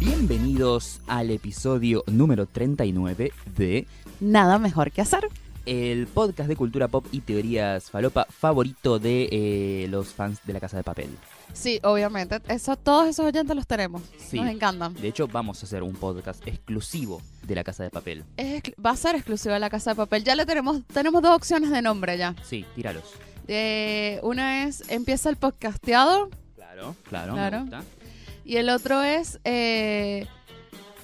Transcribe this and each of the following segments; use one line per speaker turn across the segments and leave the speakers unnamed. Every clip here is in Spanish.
bienvenidos al episodio número 39 de
Nada mejor que hacer.
el podcast de cultura pop y teorías falopa favorito de eh, los fans de la Casa de Papel.
Sí, obviamente. Eso, todos esos oyentes los tenemos.
Sí.
Nos encantan.
De hecho, vamos a hacer un podcast exclusivo de la Casa de Papel.
Es exclu- va a ser exclusiva de la Casa de Papel. Ya le tenemos, tenemos dos opciones de nombre ya.
Sí, tíralos.
Eh, una es Empieza el podcasteado
Claro, claro,
Claro.
me gusta.
y el otro es eh,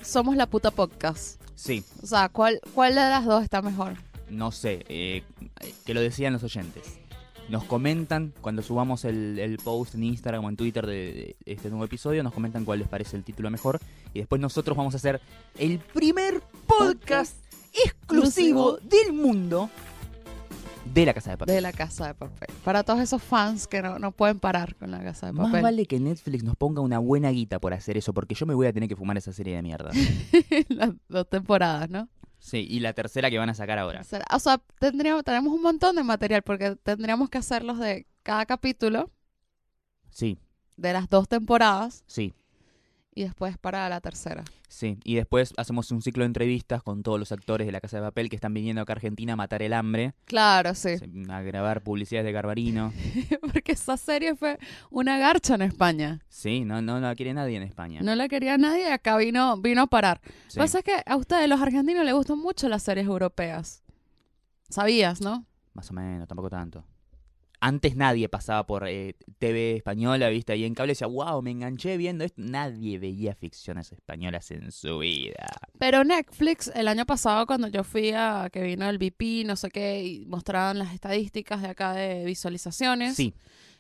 Somos la puta podcast.
Sí,
O sea, ¿cuál, ¿cuál de las dos está mejor?
no sé, eh, que lo decían los oyentes. Nos comentan cuando subamos el, el post en Instagram o en Twitter de este nuevo episodio, nos comentan cuál les parece el título mejor. Y después nosotros vamos a hacer el primer podcast exclusivo
Exclusivo.
del mundo de la Casa de Papel.
De la Casa de Papel. Para todos esos fans que no, no pueden parar con la Casa de
Más
Papel.
vale que Netflix nos ponga una buena guita por hacer eso, porque yo me voy a tener que fumar esa serie de mierda.
las dos temporadas, ¿no?
Sí, y la tercera que van a sacar ahora.
Será- O sea, tendríamos, tenemos un montón de material porque tendríamos que hacerlos de cada capítulo
Sí,
de las dos temporadas
sí,
y después para la tercera.
sí. Y después hacemos un ciclo de entrevistas con todos los actores de la Casa de Papel que están viniendo acá a Argentina a matar el hambre,
Claro, sí.
se- a grabar publicidades de Garbarino.
Porque esa serie fue una garcha en España.
Sí, no, no la quiere nadie en España.
No la quería nadie y acá vino, vino a parar. Lo
Sí.
que Pasa es que a ustedes, los argentinos, les gustan mucho las series europeas. Sabías, ¿no?
Más o menos, tampoco tanto. Antes nadie pasaba por eh, TV española, ¿viste? Y en cable decía, wow, me enganché viendo esto. Nadie veía ficciones españolas en su vida.
Pero Netflix, el año pasado, cuando yo fui a que vino el VP, no sé qué, y mostraban las estadísticas de acá de visualizaciones.
Sí,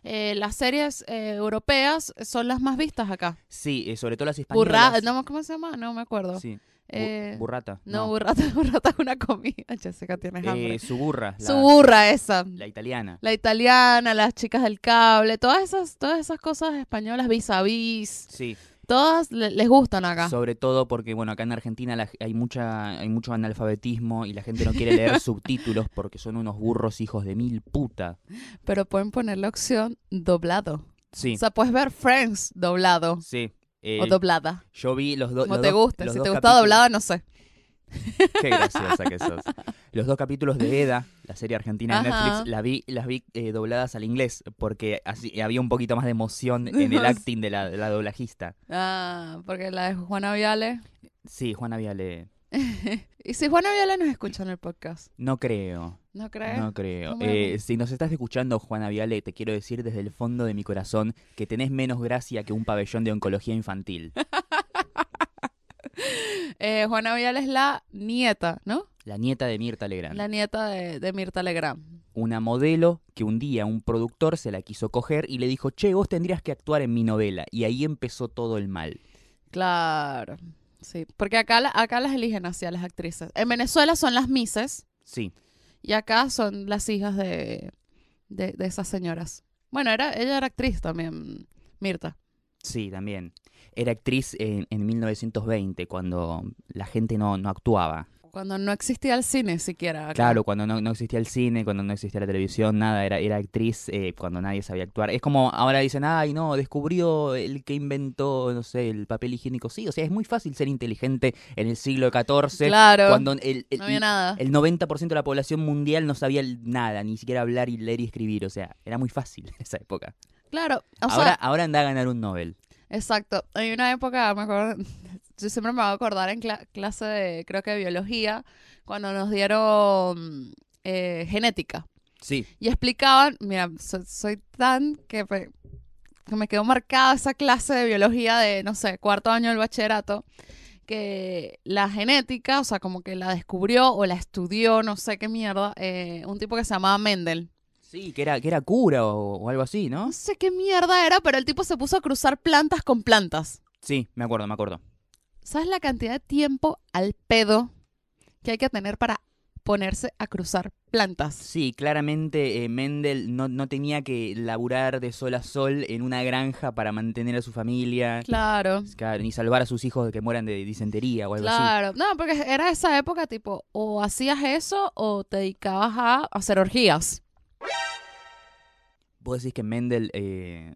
Eh, las series eh, europeas son las más vistas acá.
sí, eh, sobre todo las españolas.
Burrata, no, ¿cómo se llama? No me acuerdo.
Sí. Bu-
Eh,
burrata.
no, burrata, burrata es una comida. Jessica, tienes hambre.
Eh, su burra. La,
Su burra esa.
la italiana.
La italiana, las chicas del cable, todas esas, todas esas cosas españolas, vis a vis,
Sí.
todas le- les gustan acá.
Sobre todo porque, bueno, acá en Argentina la- hay, mucha, hay mucho analfabetismo y la gente no quiere leer subtítulos porque son unos burros hijos de mil puta.
Pero pueden poner la opción doblado.
Sí,
O sea, puedes ver Friends doblado
sí. Eh,
o doblada.
yo vi los, do-
Como
los
te
dos.
guste.
los
Si
dos
te gusta
capítulos-
doblado, no sé.
Qué graciosa que sos. Los dos capítulos de Eda, la serie argentina de
Ajá.
Netflix, las vi, las vi eh, dobladas al inglés porque así había un poquito más de emoción en el acting de la, de la doblajista.
Ah, porque la de Juana Viale.
Sí, Juana Viale.
Y si Juana Viale nos escucha en el podcast,
No creo.
¿no crees?
No creo.
No me-
Eh, si nos estás escuchando, Juana Viale, te quiero decir desde el fondo de mi corazón que tenés menos gracia que un pabellón de oncología infantil.
Eh, Juana Vial es la nieta, ¿no?
La nieta de Mirta Legrand.
La nieta de, de Mirta Legrand.
Una modelo que un día un productor se la quiso coger y le dijo, che, vos tendrías que actuar en mi novela. Y ahí empezó todo el mal.
Claro. Sí, porque acá, la- acá las eligen así a las actrices. En Venezuela son las mises
Sí,
y acá son las hijas de, de, de esas señoras. Bueno, era, ella era actriz también, Mirta.
sí, también. Era actriz en, en 1920, cuando la gente no, no actuaba.
Cuando no existía el cine siquiera. acá.
Claro, cuando no, no existía el cine, cuando no existía la televisión, nada, era, era actriz eh, cuando nadie sabía actuar. Es como ahora dicen, ay, no, descubrió el que inventó, no sé, el papel higiénico. Sí, o sea, es muy fácil ser inteligente en el siglo XIV,
Claro.
cuando el, el-
no había nada.
el 90% de la población mundial no sabía el- nada, ni siquiera hablar y leer y escribir. O sea, era muy fácil en esa época.
Claro, o sea,
ahora, ahora anda a ganar un Nobel.
Exacto. Hay una época, me acuerdo, yo siempre me voy a acordar en cla- clase de, creo que de biología, cuando nos dieron eh, genética.
Sí,
Y explicaban, mira, so- soy tan que me, que me quedó marcada esa clase de biología de, no sé, cuarto año del bachillerato, que la genética, o sea, como que la descubrió o la estudió, no sé qué mierda, eh, un tipo que se llamaba Mendel.
sí, que era, que era cura o, o algo así, ¿no?
No sé qué mierda era, pero el tipo se puso a cruzar plantas con plantas.
Sí, me acuerdo, me acuerdo.
¿Sabes la cantidad de tiempo al pedo que hay que tener para ponerse a cruzar plantas?
Sí, claramente eh, Mendel no, no tenía que laburar de sol a sol en una granja para mantener a su familia,
Claro,
claro, ni salvar a sus hijos de que mueran de disentería o algo así.
claro. No, porque era esa época tipo, o hacías eso o te dedicabas a hacer orgías. Eh.
¿Vos decís que Mendel eh,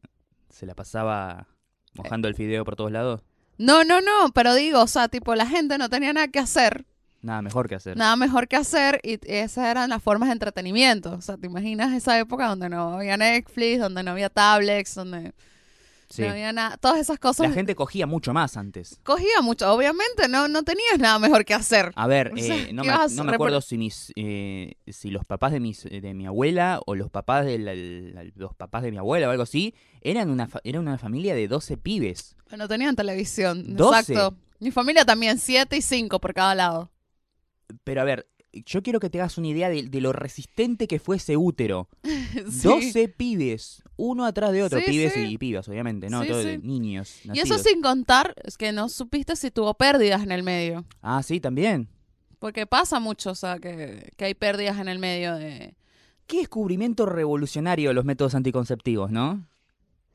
se la pasaba mojando el fideo por todos lados?
No, no, no, pero digo, o sea, tipo, la gente no tenía nada que hacer,
Nada mejor que hacer.
nada mejor que hacer, y esas eran las formas de entretenimiento. O sea, ¿te imaginas esa época donde no había Netflix, donde no había tablets, donde
Sí.
no había nada? Todas esas cosas.
La gente cogía mucho más antes.
Cogía mucho, obviamente, no, no tenías nada mejor que hacer.
A ver,
O sea,
eh, no,
¿qué
me,
vas a
no me
repor-
acuerdo si mis eh, si los papás de mis eh, de mi abuela o los papás de la- la- los papás de mi abuela o algo así eran una fa- era una familia de 12 pibes.
No tenían televisión,
Doce.
exacto. Mi familia también, siete y cinco por cada lado.
Pero a ver, yo quiero que te hagas una idea de, de lo resistente que fue ese útero.
Sí.
12 pibes, uno atrás de otro,
Sí,
pibes
sí.
y pibas, obviamente, no,
Sí,
Todo de
sí.
niños.
Y eso
nacidos.
sin contar es que no supiste si tuvo pérdidas en el medio.
Ah, sí, también.
Porque pasa mucho, o sea, que, que hay pérdidas en el medio de...
Qué descubrimiento revolucionario los métodos anticonceptivos, ¿no?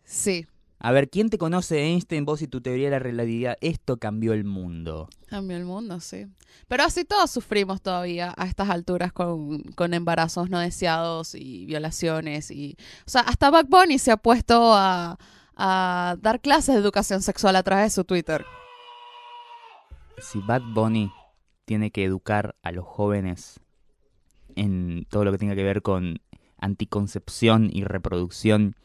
Sí,
A ver, ¿quién te conoce Einstein, vos y tu teoría de la relatividad? Esto cambió el mundo.
cambió el mundo, sí. Pero así todos sufrimos todavía a estas alturas con, con embarazos no deseados y violaciones y... O sea, hasta Back Bunny se ha puesto a, a dar clases de educación sexual a través de su Twitter.
Si Bad Bunny tiene que educar a los jóvenes en todo lo que tenga que ver con anticoncepción y reproducción,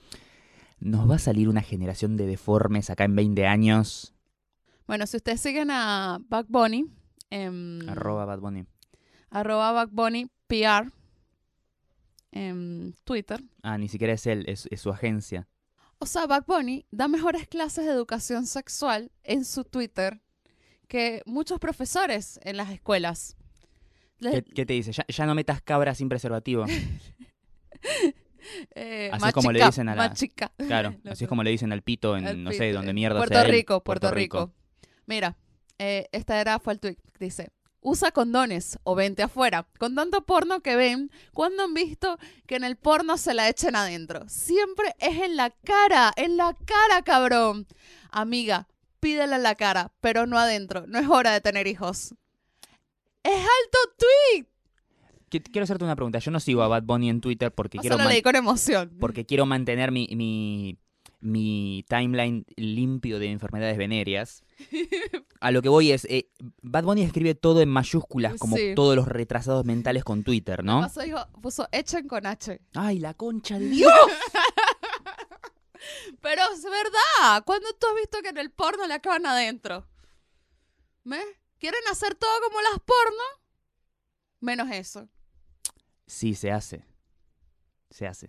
nos va a salir una generación de deformes acá en 20 años.
Bueno, si ustedes siguen a Back Bunny... em,
Arroba Bad Bunny.
arroba Bad Bunny PR en Twitter.
Ah, ni siquiera es él, es, es su agencia.
O sea, Bad Bunny da mejores clases de educación sexual en su Twitter que muchos profesores en las escuelas.
¿Qué,
Le-
qué te dice? Ya, ya no metas cabras sin preservativo.
eh,
así es
más
como le
chica,
dicen a la-
más chica.
Claro, así
Lo
es
que-
como le dicen al pito en,
Al
no
Twitter.
sé, donde mierda
Puerto
sea él.
Rico, Puerto, Rico. Mira, eh, esta era fue el tweet. Dice, usa condones o vente afuera. Con tanto porno que ven, ¿cuándo han visto que en el porno se la echen adentro? Siempre es en la cara, en la cara, cabrón. Amiga, pídela en la cara, pero no adentro. No es hora de tener hijos. Es alto tweet.
Qui- Quiero hacerte una pregunta. Yo no sigo a Bad Bunny en Twitter porque,
O sea,
quiero,
lo
man-
leí con emoción.
porque quiero mantener mi, mi, mi timeline limpio de enfermedades venéreas. A lo que voy es, eh, Bad Bunny escribe todo en mayúsculas, como
Sí.
todos los retrasados mentales con Twitter, ¿no?
Pasó, dijo, puso echen con H.
¡Ay, la concha de Dios!
Pero es verdad. ¿Cuándo tú has visto que en el porno la acaban adentro? ¿Ves? ¿Quieren hacer todo como las porno? Menos eso.
Sí, se hace. Se hace.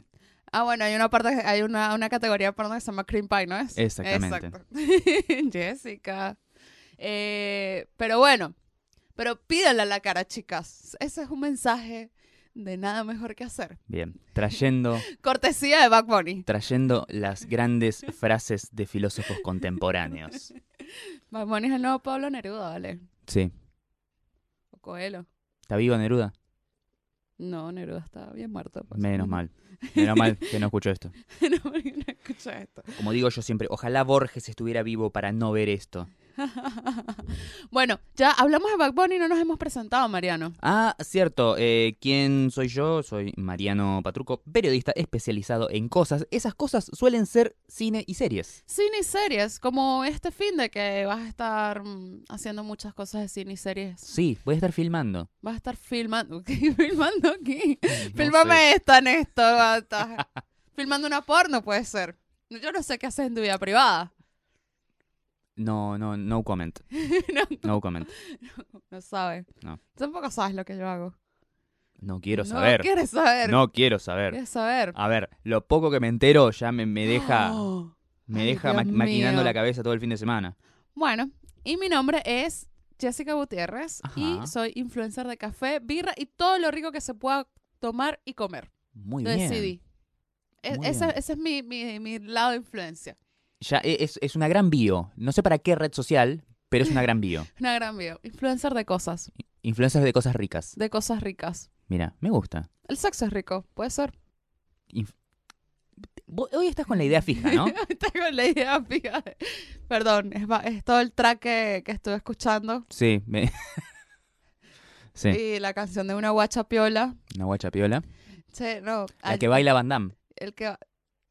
Ah, bueno, hay una parte, hay una, una categoría de porno que se llama cream pie, ¿no es?
Exactamente.
Exacto. Jessica. Eh, pero bueno, pero pídanle a la cara, chicas. Ese es un mensaje de nada mejor que hacer.
Bien. Trayendo,
Cortesía de Back Bunny.
trayendo las grandes frases de filósofos contemporáneos.
Back Bunny es el nuevo Pablo Neruda, ¿vale?
Sí.
O Coelho.
¿Está vivo Neruda?
No, Neruda está bien muerto. pues.
Menos mal. Menos mal que no escucho esto.
no, porque no escucha esto.
Como digo yo siempre, ojalá Borges estuviera vivo para no ver esto.
bueno, ya hablamos de Back Bunny y no nos hemos presentado, Mariano.
Ah, cierto. eh, ¿Quién soy yo? Soy Mariano Patruco, periodista especializado en cosas. Esas cosas suelen ser cine y series.
Cine y series, como este fin de que vas a estar mm, haciendo muchas cosas de cine y series.
Sí, voy a estar filmando.
Vas a estar filmando. ¿Qué? ¿Filmando aquí?
No
Filmame
sé.
esta, Néstor. basta. Filmando una porno puede ser. Yo no sé qué haces en tu vida privada.
No, no, no comment.
no,
No comment.
no sabes.
No.
Tampoco sabes lo que yo hago.
No quiero
no
saber.
quieres saber.
No quiero saber.
Quieres saber.
A ver, lo poco que me entero ya me, me deja,
Oh.
me
Ay,
deja
Dios
ma- maquinando
mío.
la cabeza todo el fin de semana.
Bueno, y mi nombre es Jessica Gutiérrez
Ajá.
y soy influencer de café, birra y todo lo rico que se pueda tomar y comer.
Muy
Lo
bien.
decidí. E-
Muy
ese,
bien.
ese es mi, mi- mi lado de influencia.
Ya e- es, es una gran bio. No sé para qué red social, pero es una gran bio.
Una gran video. Influencer de cosas,
Influencers de cosas ricas.
de cosas ricas.
Mira, me gusta.
El sexo es rico, puede ser.
Inf- Vos Hoy estás con la idea fija, ¿no?
Tengo la idea fija. de- Perdón, es, va- es todo el track que, que estuve escuchando
Sí. me- Sí,
y la canción de una guacha piola.
una guacha piola.
Che, no.
La
al-
que baila Van Damme.
el que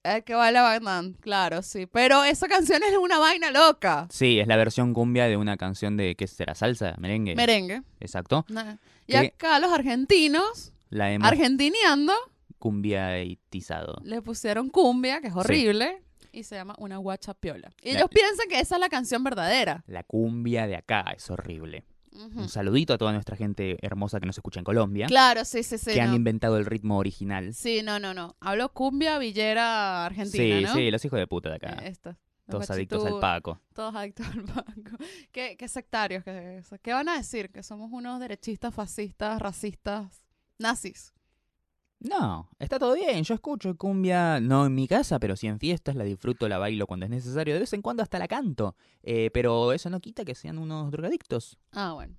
El que baila Batman, claro, sí. Pero esa canción es una vaina loca.
Sí, es la versión cumbia de una canción de, ¿qué será? ¿Salsa? ¿Merengue?
Merengue.
Exacto.
Nah. Y
Que-
acá los argentinos,
La hemos
argentineando,
cumbiaitizado.
le pusieron cumbia, que es horrible, y se llama Una guachapiola. Y
La-
ellos piensan que esa es la canción verdadera.
La cumbia de acá es horrible.
Ujú.
Un saludito a toda nuestra gente hermosa que nos escucha en Colombia,
Claro, sí, sí, sí.
que han
no.
inventado el ritmo original.
Sí, no, no, no. Hablo cumbia, villera, argentina,
sí,
¿no?
sí, los hijos de puta de acá.
Eh, esta. Los
Todos adictos al
guachiturros.
Paco.
Todos adictos al banco. ¿Qué, qué sectarios? ¿Qué, qué van a decir? Que somos unos derechistas, fascistas, racistas, nazis.
No, está todo bien. Yo escucho cumbia, no en mi casa, pero sí en fiestas, la disfruto, la bailo cuando es necesario. De vez en cuando hasta la canto. Eh, pero eso no quita que sean unos drogadictos.
Ah, bueno.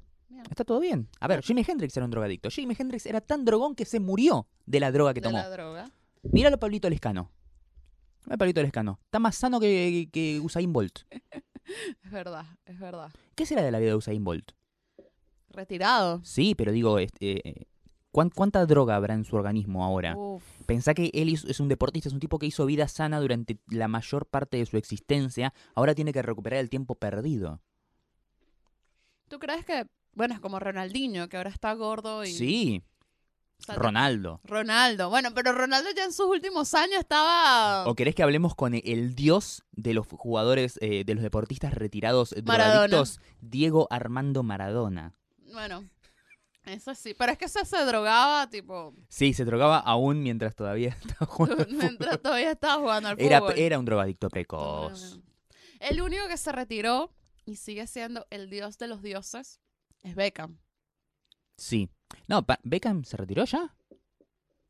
Está todo bien. A ver, Jimi Hendrix era un drogadicto. Jimi Hendrix era tan drogón que se murió de la droga que
de
tomó.
la droga.
Míralo a Pablito Lescano. Mira a Pablito Lescano. Está más sano que, que Usain Bolt.
Es verdad, es verdad.
¿Qué será de la vida de Usain Bolt?
Retirado.
Sí, pero digo, este, eh, ¿cuán- ¿cuánta droga habrá en su organismo ahora?
Uf.
Pensá que él hizo- es un deportista, es un tipo que hizo vida sana durante la mayor parte de su existencia. Ahora tiene que recuperar el tiempo perdido.
¿Tú crees que, bueno, es como Ronaldinho, que ahora está gordo y...
Sí,
o sea,
Ronaldo.
Ronaldo. Bueno, pero Ronaldo ya en sus últimos años estaba...
¿O querés que hablemos con e- el dios de los jugadores, eh, de los deportistas retirados eh,
Maradona.
drogadictos, Diego Armando Maradona?
Bueno, eso sí. Pero es que ese se drogaba, tipo,
Sí, se drogaba aún mientras todavía estaba jugando. al fútbol.
mientras todavía estaba jugando al
Era,
fútbol.
era un drogadicto precoz.
El único que se retiró y sigue siendo el dios de los dioses es Beckham.
Sí. No, pa- Beckham se retiró ya.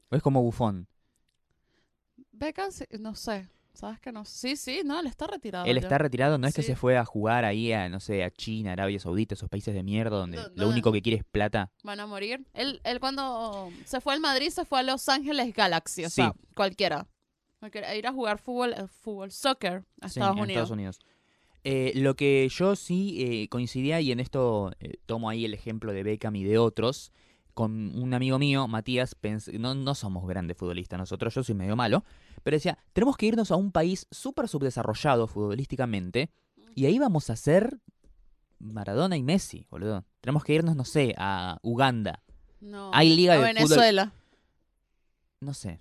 ¿O es como bufón?
Beckham, sí- no sé, ¿sabes que no? Sí, sí, no, él está retirado.
Él
ya.
está retirado, no es que
Sí.
se fue a jugar ahí a, no sé, a China, Arabia Saudita, esos países de mierda donde
Do-
lo
donde-
único que quiere es plata.
Van a morir. Él, él cuando se fue al Madrid se fue a Los Ángeles Galaxy, o
Sí.
sea, cualquiera. Cualquiera, ir a jugar fútbol, eh, fútbol, soccer a
Sí,
Estados
en
Unidos.
Estados Unidos. Eh, lo que yo sí eh, coincidía, y en esto eh, tomo ahí el ejemplo de Beckham y de otros, con un amigo mío, Matías, pens- no, no somos grandes futbolistas nosotros, yo soy medio malo, pero decía, tenemos que irnos a un país súper subdesarrollado futbolísticamente, y ahí vamos a ser Maradona y Messi, boludo. Tenemos que irnos, no sé, a Uganda.
No.
Hay liga
a
de fútbol
Venezuela.
No sé.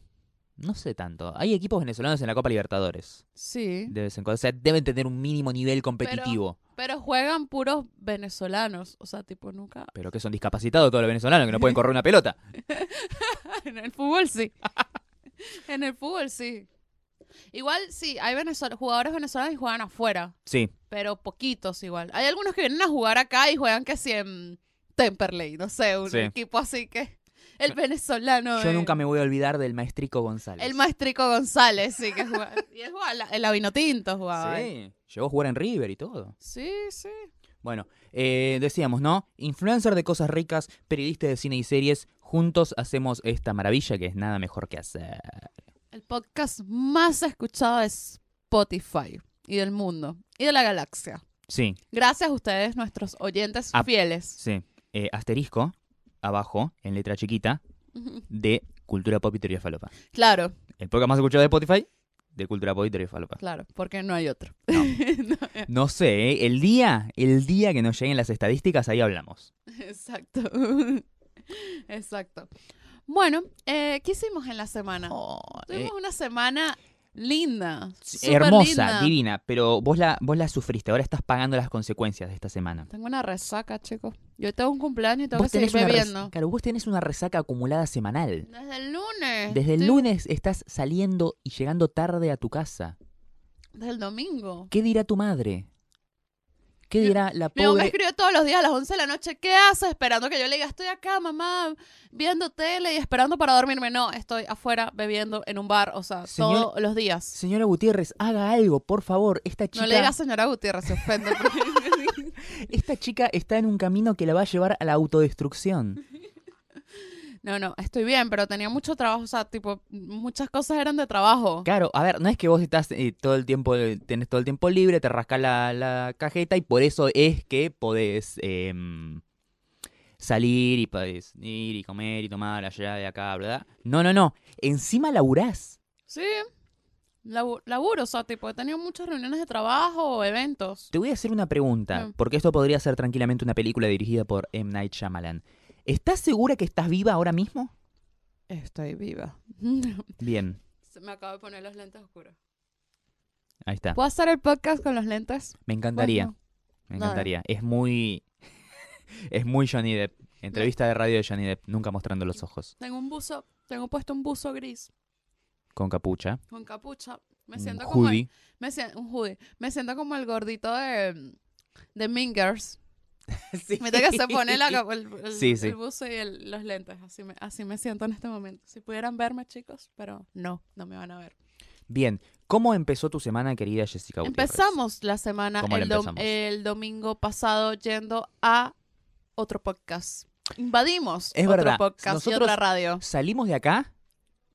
No sé tanto. Hay equipos venezolanos en la Copa Libertadores.
Sí.
De vez en cuando. O sea, deben tener un mínimo nivel competitivo. Pero,
Pero juegan puros venezolanos. O sea, tipo, nunca.
que son discapacitados todos los venezolanos, que no pueden correr una pelota.
en el fútbol sí. en el fútbol sí. Igual sí, hay venezol- jugadores venezolanos y juegan afuera,
Sí.
pero poquitos igual. Hay algunos que vienen a jugar acá y juegan que si en Temperley, no sé, un
Sí.
equipo así que el venezolano.
Yo
de-
nunca me voy a olvidar del maestrico González.
eh. El maestrico González, sí, que jugaba. y él jugaba, la- el Avinotinto jugaba. eh. él.
Sí. Llegó a jugar en River y todo.
Sí, sí.
Bueno, eh, decíamos, ¿no? Influencer de cosas ricas, periodista de cine y series. Juntos hacemos esta maravilla que es nada mejor que hacer.
El podcast más escuchado de Spotify y del mundo y de la galaxia.
Sí,
Gracias a ustedes, nuestros oyentes
Ah,
fieles.
sí. Eh, asterisco, abajo, en letra chiquita, de Cultura Pop y Teoría Falopa.
Claro,
El podcast más escuchado de Spotify, de Cultura Pop y Teoría Falopa.
claro, porque no hay otro. No, eh,
No sé, ¿eh? el día, el día que nos lleguen las estadísticas, ahí hablamos.
Exacto. Exacto. Bueno, eh, ¿qué hicimos en la semana?
Eh,
Tuvimos una semana linda.
hermosa,
superlinda.
divina, pero vos la, vos la sufriste, ahora estás pagando las consecuencias de esta semana.
Tengo una resaca, chicos. Yo tengo un cumpleaños y tengo que
Vos
seguir
tenés, una res-
bebiendo.
claro, vos tenés una resaca acumulada semanal.
Desde el lunes.
Desde el
estoy-
lunes estás saliendo y llegando tarde a tu casa.
Desde el domingo.
¿Qué dirá tu madre? ¿Qué
Mi-
dirá la
Mi mamá me
pobre?
escribe todos los días a las 11 de la noche, ¿qué haces? Esperando que yo le diga, estoy acá, mamá, viendo tele y esperando para dormirme. No, estoy afuera bebiendo en un bar, o sea,
Señor-
todos los días.
Señora Gutiérrez, haga algo, por favor. Esta chica
No le digas señora Gutiérrez, se ofende.
Esta chica está en un camino que la va a llevar a la autodestrucción.
no, no, estoy bien, pero tenía mucho trabajo, o sea, tipo, muchas cosas eran de trabajo.
Claro, a ver, no es que vos estás eh, todo el tiempo, eh, tenés todo el tiempo libre, te rascas la, la cajeta y por eso es que podés em, salir y podés ir y comer y tomar allá de acá, ¿verdad? No, no, no. Encima laburás.
Sí, Labu- laburo, o sea, tipo, he tenido muchas reuniones de trabajo, eventos.
Te voy a hacer una pregunta,
Mm.
porque esto podría ser tranquilamente una película dirigida por M. Night Shyamalan. ¿Estás segura que estás viva ahora mismo?
Estoy viva.
Bien,
Se me acabo de poner los lentes oscuros.
ahí está.
¿Puedo hacer el podcast con los lentes? Pues
Me encantaría,
Bueno,
me
nada.
encantaría. Es muy... es muy Johnny Depp. Entrevista de radio de Johnny Depp, nunca mostrando los ojos.
tengo un buzo, tengo puesto un buzo gris
Con capucha,
con capucha. Me
un
siento como el,
hoodie.
me sien- un hoodie. Me siento como el gordito de de Mingers.
Sí.
Me tengo que se pone la, cap- el, el-
Sí, sí.
el buzo y el- los lentes. Así me, así me siento en este momento. Si pudieran verme, chicos, pero no, no me van a ver.
Bien, ¿cómo empezó tu semana, querida Jessica Gutiérrez?
Empezamos la semana,
¿Cómo la
el, dom-
empezamos?
el domingo pasado, yendo a otro podcast. Invadimos
Es
otro
verdad.
podcast y
Nosotros-
otra radio.
Salimos de acá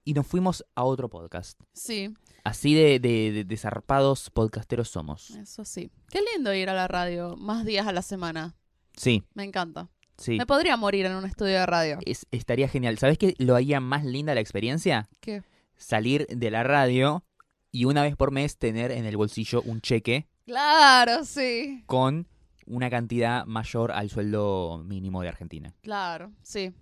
y nos fuimos a otro podcast.
Sí,
Así de, de- de- de zarpados podcasteros somos.
eso sí. Qué lindo ir a la radio más días a la semana.
Sí,
Me encanta.
sí.
Me podría morir en un estudio de radio.
Es- estaría genial. ¿Sabes qué lo haría más linda la experiencia?
¿Qué?
Salir de la radio y una vez por mes tener en el bolsillo un cheque
Claro, sí.
con una cantidad mayor al sueldo mínimo de Argentina.
Claro, sí.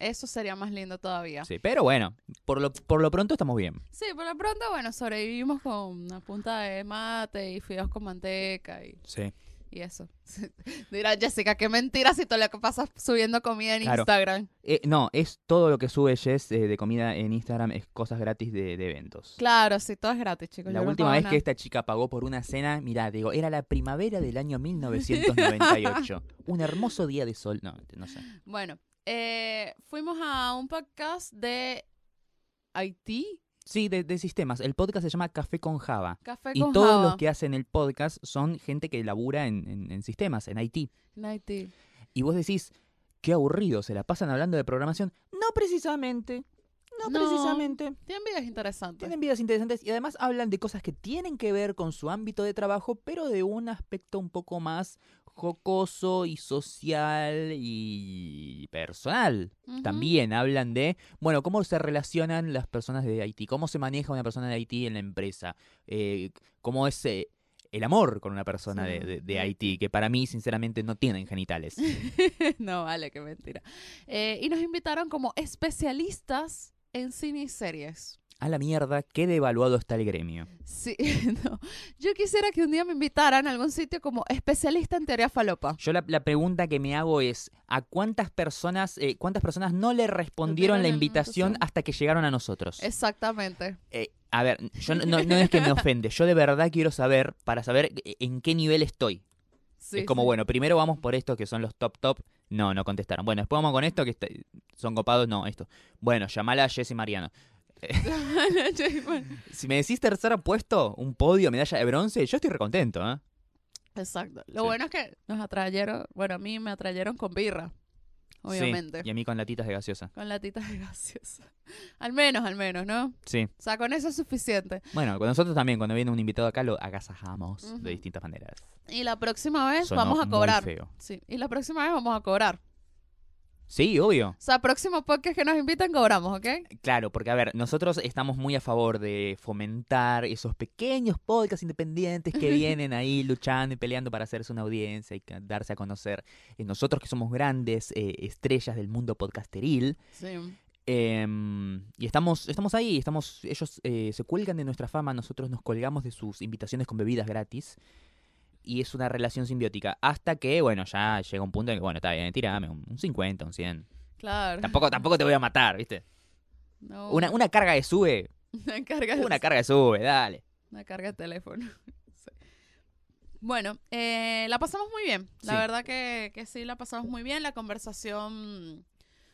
Eso sería más lindo todavía.
Sí, pero bueno, por lo, por lo pronto estamos bien.
Sí, por lo pronto, bueno, sobrevivimos con una punta de mate y fideos con manteca y,
Sí.
y eso. Dirá Jessica, qué mentira si todo lo que pasas subiendo comida en
Claro.
Instagram.
Eh, no, es todo lo que sube Jess eh, de comida en Instagram, es cosas gratis de, de eventos.
Claro, sí, todo es gratis, chicos.
La
yo no
última
pago
vez
nada.
que esta chica pagó por una cena, mirá, digo, era la primavera del año 1998. un hermoso día de sol. No, no sé.
Bueno, eh, fuimos a un podcast de Haití,
Sí, de, de sistemas. El podcast se llama Café con Java.
Café
Y
con
todos
Java.
los que hacen el podcast son gente que labura en, en- en sistemas, en IT.
En Haití.
Y vos decís, qué aburrido, se la pasan hablando de programación. No precisamente, no,
No.
precisamente.
Tienen videos interesantes.
Tienen vidas interesantes y además hablan de cosas que tienen que ver con su ámbito de trabajo, pero de un aspecto un poco más jocoso y social y personal.
Ujú.
También hablan de, bueno, cómo se relacionan las personas de Haití, cómo se maneja una persona de Haití en la empresa, eh, cómo es eh, el amor con una persona
Sí,
de, de- de
de
Haití, que para mí, sinceramente, no tienen genitales.
no, vale, qué mentira. Eh, y nos invitaron como especialistas en cine y series.
A la mierda, qué devaluado está el gremio.
Sí, no. Yo quisiera que un día me invitaran a algún sitio como especialista en teoría falopa.
Yo la, la pregunta que me hago es, ¿a cuántas personas, eh, cuántas personas no le respondieron
Tuvieron
la
la
invitación
invitación.
hasta que llegaron a nosotros?
Exactamente.
Eh, a ver, yo no, no- no es que me ofende, yo de verdad quiero saber, para saber eh, en qué nivel estoy.
Sí,
es como,
sí.
bueno, primero vamos por estos que son los top top. No, no contestaron. Bueno, después vamos con esto que está- son copados. No, esto. Bueno, llamala a Jesse Mariano.
Yo igual.
Si me decís tercer puesto, un podio, medalla de bronce, yo estoy recontento, ¿eh?
Exacto. Lo
Sí.
bueno es que nos atrayeron, bueno, a mí me atrayeron con birra,
Sí,
obviamente.
y a mí con latitas de gaseosa.
Con latitas de gaseosa. Al menos, al menos, ¿no?
Sí.
O sea, con eso es suficiente.
Bueno, con nosotros también, cuando viene un invitado acá, lo agasajamos
Ujú.
de distintas maneras.
Y la próxima vez
Sonó
vamos a
muy
cobrar.
feo.
Sí, y la próxima vez vamos a cobrar.
Sí, obvio.
O sea, próximo podcast que nos invitan cobramos, ¿ok?
Claro, porque a ver, nosotros estamos muy a favor de fomentar esos pequeños podcasts independientes que vienen ahí luchando y peleando para hacerse una audiencia y ca- darse a conocer. Eh, Nosotros que somos grandes eh, estrellas del mundo podcasteril,
Sí.
em, y estamos, estamos ahí, estamos, ellos eh, se cuelgan de nuestra fama, nosotros nos colgamos de sus invitaciones con bebidas gratis. Y es una relación simbiótica. Hasta que, bueno, ya llega un punto en que, bueno, está bien, tirame un, un 50, un 100.
Claro.
Tampoco, tampoco te voy a matar, ¿viste?
No,
Una, una carga de sube,
una carga de
una carga sube, dale.
Una carga de teléfono. Sí. Bueno, eh, la pasamos muy bien. La
Sí.
verdad que, que sí, la pasamos muy bien. La conversación mm,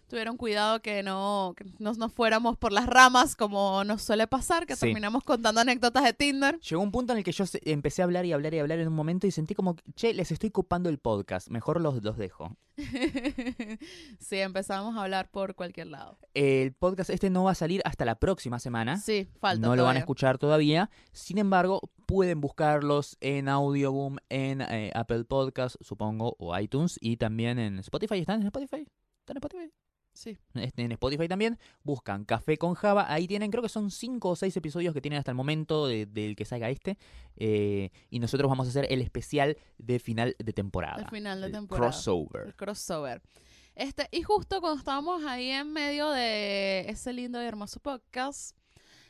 tuvieron cuidado que no que no nos fuéramos por las ramas como nos suele pasar, que
Sí.
terminamos contando anécdotas de Tinder.
Llegó un punto en el que yo se- empecé a hablar y hablar y hablar en un momento y sentí como, que, che, les estoy copando el podcast, mejor los, los dejo.
sí, empezamos a hablar por cualquier lado.
El podcast este no va a salir hasta la próxima semana.
Sí, falta.
Ah, no lo van a
todavía.
escuchar todavía. Sin embargo, pueden buscarlos en Audioboom, en eh, Apple Podcast, supongo, o iTunes, y también en Spotify. ¿Están en Spotify? ¿Están en Spotify?
Sí.
este, en Spotify también, buscan Café con Java, ahí tienen, creo que son 5 o 6 episodios que tienen hasta el momento de- del que salga este, eh, y nosotros vamos a hacer el especial de final de temporada.
El final de
el
temporada. El
Crossover.
crossover. Este, y justo cuando estábamos ahí en medio de ese lindo y hermoso podcast,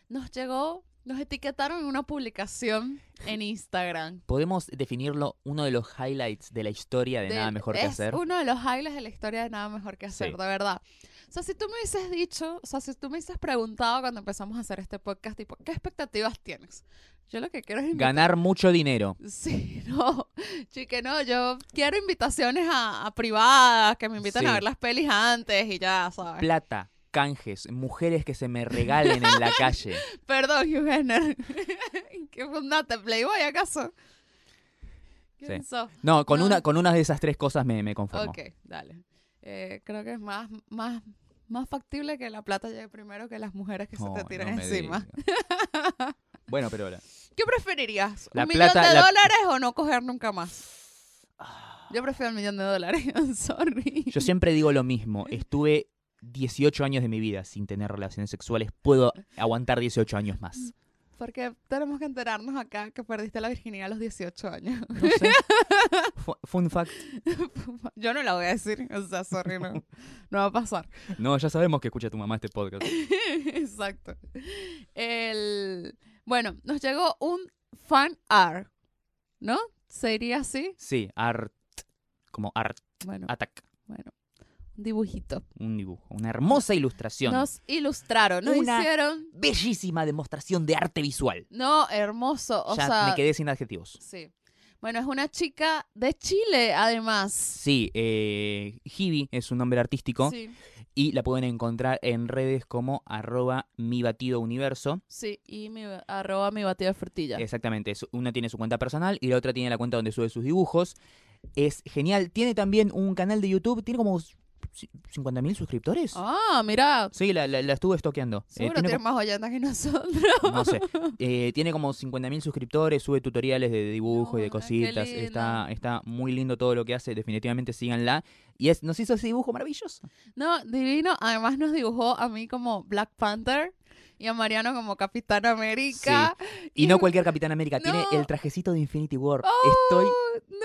nos llegó, nos etiquetaron en una publicación en Instagram.
Podemos definirlo uno de los highlights de la historia de,
Del-
Nada Mejor Que
es
Hacer.
uno de los highlights de la historia de Nada Mejor Que Hacer,
Sí.
de verdad. O sea, si tú me hubieses dicho, o sea, si tú me hubieses preguntado cuando empezamos a hacer este podcast, tipo, ¿qué expectativas tienes? Yo lo que quiero es invitar-
Ganar mucho dinero.
Sí, no, chique, no, yo quiero invitaciones a, a privadas, que me inviten
Sí.
a ver las pelis antes y ya, ¿sabes?
Plata, canjes, mujeres que se me regalen en la calle.
Perdón, Hugh Hefner. ¿Qué fundaste, Playboy, acaso? ¿Qué
Sí.
pensó?
No, con,
No.
Una, con una de esas tres cosas me, me conformo.
Ok, dale. Eh, creo que es más, más, más factible que la plata llegue primero que las mujeres que
Oh,
se te
no
tiran
me
encima.
digas. bueno, pero la-
¿Qué preferirías?
La
¿Un millón
plata-
de
la- Ah.
dólares o no coger nunca más? Yo prefiero el millón de dólares, I'm sorry.
yo siempre digo lo mismo. Estuve 18 años de mi vida sin tener relaciones sexuales. Puedo aguantar 18 años más.
Porque tenemos que enterarnos acá que perdiste la virginidad a los 18 años.
No sé. Fu- Fun fact.
Yo no la voy a decir, o sea, sorry, no, no va a pasar.
No, ya sabemos que escucha tu mamá este podcast.
Exacto. El... Bueno, nos llegó un fan art, ¿no? ¿Sería así?
Sí, art. Como art
Bueno,
attack.
bueno. Un dibujito.
Un dibujo. Una hermosa ilustración.
Nos ilustraron, nos
Una-
hicieron.
Bellísima demostración de arte visual.
No, hermoso. O
ya
sea,
me quedé sin adjetivos.
sí. Bueno, es una chica de Chile, además.
Sí, eh, Hibi es un nombre artístico
Sí,
y la pueden encontrar en redes como arroba mi batido universo.
sí. Y mi, arroba mi batida de frutilla.
Exactamente, es- una tiene su cuenta personal y la otra tiene la cuenta donde sube sus dibujos. Es genial, tiene también un canal de YouTube, tiene como c- 50.000 suscriptores.
Ah, mira.
Sí, la, la- la estuve estoqueando. Eh,
Seguro
tiene
tiene
co-
más oyentas que nosotros.
no sé, eh, tiene como 50.000 suscriptores, sube tutoriales de dibujo y de
No, no, Ah, qué
cositas.
lindo.
Está, está muy lindo todo lo que hace, definitivamente síganla. Y es, nos hizo ese dibujo maravilloso.
No, divino. Además nos dibujó a mí como Black Panther y a Mariano como Capitán América.
Y no cualquier Capitán América, tiene
No.
el trajecito de Infinity War. Estoy
Oh,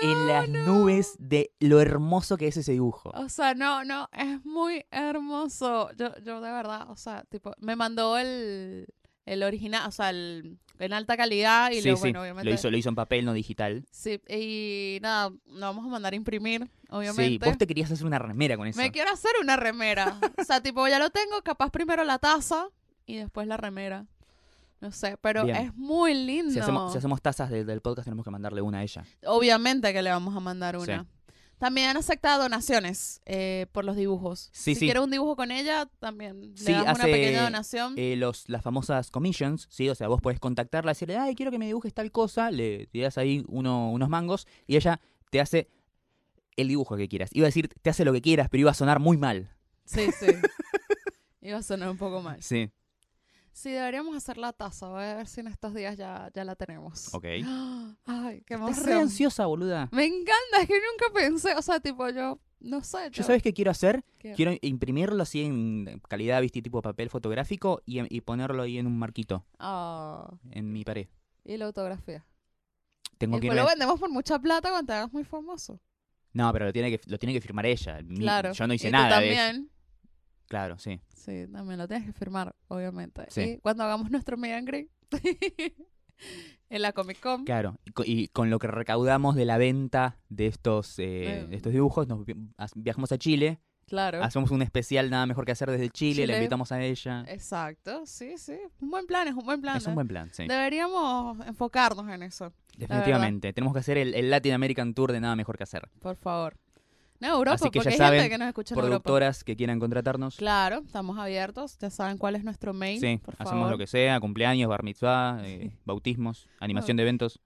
no.
en las nubes de lo hermoso que es ese dibujo.
O sea, no, no, es muy hermoso. Yo, yo de verdad, o sea, tipo, me mandó el, el original, o sea, el en alta calidad y
sí,
lo,
sí,
bueno, obviamente.
lo hizo, lo hizo en papel, no digital.
Sí, y nada, lo vamos a mandar a imprimir,
Sí,
obviamente.
vos te querías hacer una remera con eso.
Me quiero hacer una remera. o sea, tipo, ya lo tengo, capaz primero la taza y después la remera. No sé, pero
Bien.
es muy lindo.
Si hacemos, si hacemos tazas de- del podcast, tenemos que mandarle una a ella.
Obviamente que le vamos a mandar
Sí.
una. También han aceptado donaciones eh, por los dibujos.
Sí,
si
sí.
quieres un dibujo con ella, también le
Sí,
damos
hace,
una pequeña donación.
Eh, los, las famosas commissions, ¿sí? O sea, vos podés contactarla, decirle, ay, quiero que me dibujes tal cosa, le tirás ahí uno- unos mangos y ella te hace el dibujo que quieras. Iba a decir, te hace lo que quieras, pero iba a sonar muy mal.
Sí, sí. Iba a sonar un poco mal.
Sí.
Sí, deberíamos hacer la taza. Voy a ver si en estos días ya, ya la tenemos.
Ok.
Ay, qué
Estás re
emoción.
ansiosa, boluda.
Me encanta, es que nunca pensé, o sea, tipo, yo, no sé.
¿Yo
yo-
sabes qué quiero hacer?
¿Qué?
Quiero imprimirlo así en calidad, viste, tipo papel fotográfico y, em, y ponerlo ahí en un marquito,
Ah,
en mi pared.
y la autografía.
Tengo
y
que
después
irme-
lo vendemos por mucha plata cuando te hagas muy famoso.
No, pero lo tiene que, lo tiene que firmar ella. Mi-
Claro.
Yo no hice
y tú
nada de eso.
también.
Claro, sí.
Sí, también lo tienes que firmar, obviamente.
Sí.
Y cuando hagamos nuestro meet and greet en la Comic Con.
Claro. Y co- Y con lo que recaudamos de la venta de estos, eh,
Eh.
de estos dibujos, nos vi- as- viajamos a Chile,
Claro.
hacemos un especial nada mejor que hacer desde Chile, la
Chile.
invitamos a ella.
Exacto, sí, sí. Un buen plan, es un buen plan.
Es un
¿eh?
buen plan, sí.
Deberíamos enfocarnos en eso,
Definitivamente. Tenemos que hacer el, el Latin American Tour de nada mejor que hacer.
por favor. No, Europa,
Así que ya
porque hay
saben,
gente que nos escucha en Europa.
Productoras que quieran contratarnos.
Claro, estamos abiertos, ya saben cuál es nuestro mail.
Sí,
por
hacemos
favor.
lo que sea, cumpleaños, bar mitzvah, eh, bautismos, animación de eventos.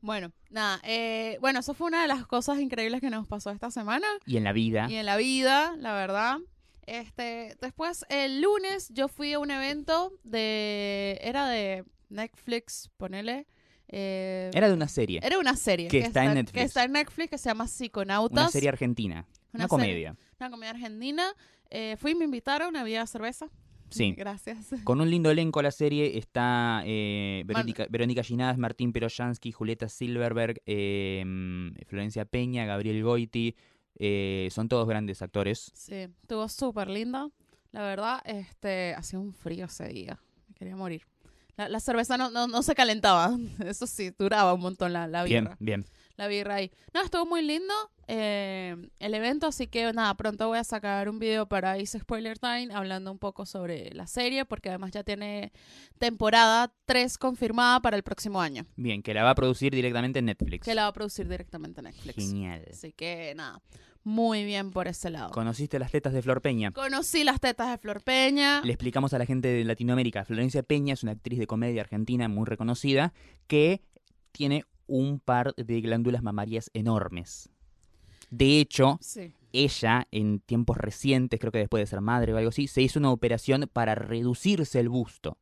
Bueno, nada, eh, bueno, eso fue una de las cosas increíbles que nos pasó esta semana.
Y en la vida.
y en la vida, la verdad. Este, después el lunes yo fui a un evento de era de Netflix, ponele. eh,
Era de una serie.
era una serie
que está en Netflix.
que está en Netflix que se llama Psiconautas,
Una serie argentina. Una,
Una serie.
comedia.
una comedia argentina. Eh, fui, me invitaron, había cerveza.
Sí.
Gracias.
Con un lindo elenco la serie está eh, Verónica, Verónica Ginás, Martín Peroyansky, Julieta Silverberg, eh, Florencia Peña, Gabriel Goiti. eh, son todos grandes actores.
Sí, estuvo súper linda. La verdad, este, hacía un frío ese día. Me quería morir. La, la cerveza no, no, no se calentaba. Eso sí, duraba un montón la, la
Bien,
birra.
bien.
La birra ahí. No, estuvo muy lindo eh, el evento, así que nada, pronto voy a sacar un video para Is Spoiler Time hablando un poco sobre la serie, porque además ya tiene temporada 3 confirmada para el próximo año,
Bien, que la va a producir directamente en Netflix.
que la va a producir directamente Netflix.
Genial.
Así que nada, muy bien por ese lado.
¿Conociste las tetas de Flor Peña?
Conocí las tetas de Flor Peña.
Le explicamos a la gente de Latinoamérica. Florencia Peña es una actriz de comedia argentina muy reconocida que tiene un par de glándulas mamarias enormes. De hecho,
Sí.
ella, en tiempos recientes, creo que después de ser madre o algo así, se hizo una operación para reducirse el busto.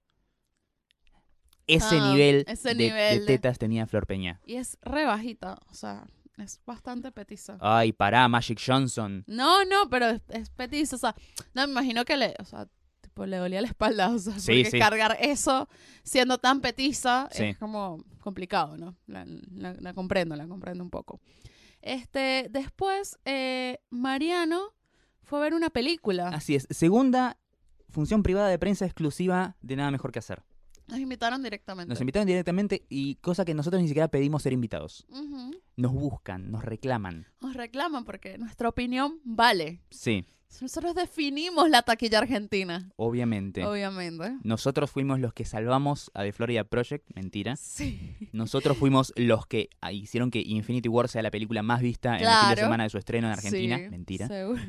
Ese
Ah,
nivel,
ese
de,
nivel
de
de-
tetas tenía Flor Peña.
Y es re bajita, o sea, es bastante petiza.
Ay, pará, Magic Johnson.
No, no, pero es, es petiza, o sea, no me imagino que le, o sea, tipo le dolía la espalda, o sea,
Sí,
porque
sí.
cargar eso siendo tan petiza
Sí.
es como complicado, ¿no? La, la- la comprendo, la comprendo un poco. Este, después, eh, Mariano fue a ver una película.
Así es. Segunda función privada de prensa exclusiva de Nada Mejor que Hacer.
Nos invitaron directamente.
Nos invitaron directamente y cosa que nosotros ni siquiera pedimos ser invitados.
Ujú.
Nos buscan, nos reclaman.
Nos reclaman porque nuestra opinión vale.
Sí,
Nosotros definimos la taquilla argentina.
obviamente.
Obviamente.
Nosotros fuimos los que salvamos a The Florida Project, mentira.
Sí.
Nosotros fuimos los que ah, hicieron que Infinity War sea la película más vista en el fin de
Claro.
semana de su estreno en Argentina,
Sí,
mentira.
seguro.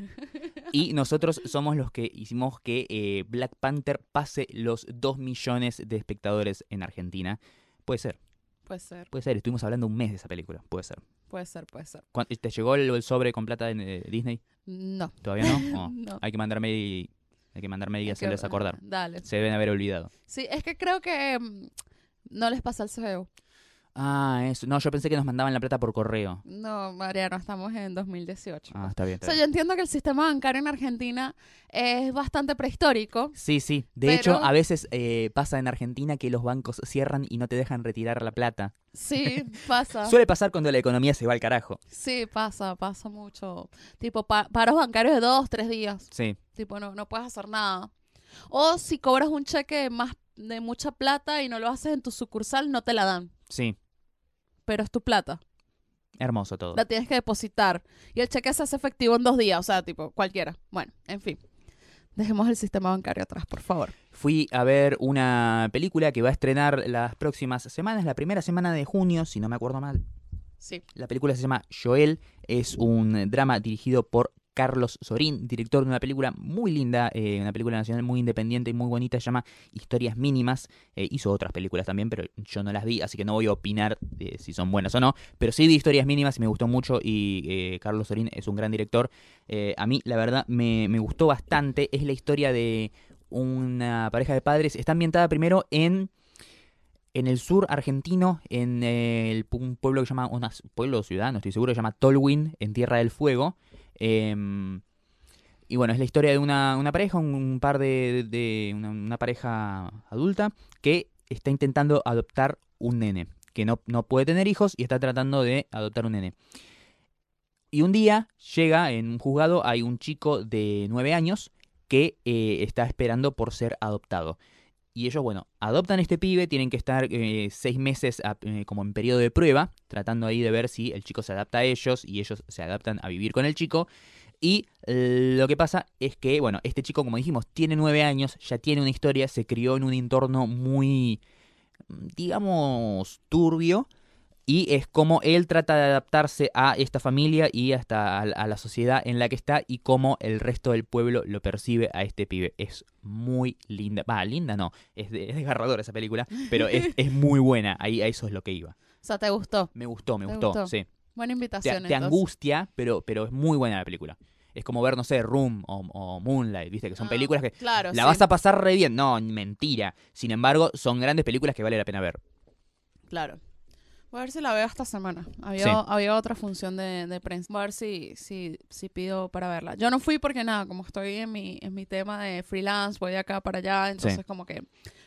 Y nosotros somos los que hicimos que eh, Black Panther pase los 2 millones de espectadores en Argentina. Puede ser,
Puede ser,
puede ser. Estuvimos hablando un mes de esa película, puede ser.
puede ser, puede ser.
¿Cuán- ¿Te llegó el, el sobre con plata de eh, Disney?
No.
¿Todavía no? Oh,
No.
Hay que mandarme y, hay que mandarme y
Hay que-
hacerles acordar.
Dale.
Se deben haber olvidado.
Sí, es que creo que mm, no les pasa el CEO.
Ah, eso. No, yo pensé que nos mandaban la plata por correo.
No, Mariano, estamos en 2018.
Ah, está bien.
o
está
sea, yo
bien.
entiendo que el sistema bancario en Argentina es bastante prehistórico.
Sí, sí. De
Pero-
hecho, a veces eh, pasa en Argentina que los bancos cierran y no te dejan retirar la plata.
Sí, pasa.
Suele pasar cuando la economía se va al carajo.
Sí, pasa, pasa mucho. Tipo, pa- paros bancarios de dos, tres días.
Sí.
Tipo, no, no puedes hacer nada. O si cobras un cheque de, más, de mucha plata y no lo haces en tu sucursal, no te la dan.
Sí,
Pero es tu plata.
hermoso todo.
La tienes que depositar. Y el cheque se hace efectivo en dos días. O sea, tipo, cualquiera. Bueno, en fin. Dejemos el sistema bancario atrás, por favor.
Fui a ver una película que va a estrenar las próximas semanas, la primera semana de junio, si no me acuerdo mal.
Sí.
La película se llama Joel, es un drama dirigido por Carlos Sorín, director de una película muy linda, eh, una película nacional muy independiente y muy bonita, se llama Historias Mínimas. Eh, hizo otras películas también, pero yo no las vi, así que no voy a opinar de si son buenas o no. Pero sí vi Historias Mínimas y me gustó mucho y eh, Carlos Sorín es un gran director. Eh, a mí, la verdad, me, me gustó bastante. Es la historia de una pareja de padres. Está ambientada primero en en el sur argentino, en eh, el, pu- un pueblo que se llama, un pueblo o ciudad, no estoy seguro, que se llama Tolwin, en Tierra del Fuego. Em, y bueno, es la historia de una, una pareja, un, un par de, de una, una pareja adulta que está intentando adoptar un nene, que no, no puede tener hijos y está tratando de adoptar un nene. Y un día llega en un juzgado, hay un chico de nueve años que eh, está esperando por ser adoptado. Y ellos, bueno, adoptan este pibe, tienen que estar eh, seis meses a- eh, como en periodo de prueba, tratando ahí de ver si el chico se adapta a ellos y ellos se adaptan a vivir con el chico. Y eh, lo que pasa es que, bueno, este chico, como dijimos, tiene nueve años, ya tiene una historia, se crió en un entorno muy, digamos, turbio. Y es como él trata de adaptarse a esta familia y hasta a, la- a la sociedad en la que está y cómo el resto del pueblo lo percibe a este pibe. Es muy linda. Va, linda no. Es, de- es desgarradora esa película, pero es, es muy buena. Ahí, a eso es lo que iba.
O sea, te gustó.
Me gustó, me
¿Te
gustó.
gustó?
Sí.
Buena
Te,
invitación.
te
entonces.
angustia, pero, pero es muy buena la película. Es como ver, no sé, Room o, o Moonlight, ¿viste? Que son
Ah,
películas que
Claro.
la
sí.
vas a pasar re bien. No, mentira. Sin embargo, son grandes películas que vale la pena ver.
Claro. Voy a ver si la veo esta semana. Había,
Sí.
había otra función de, de prensa. Voy a ver si, si, si pido para verla. Yo no fui porque nada, como estoy en mi, en mi tema de freelance, voy de acá para allá, entonces como que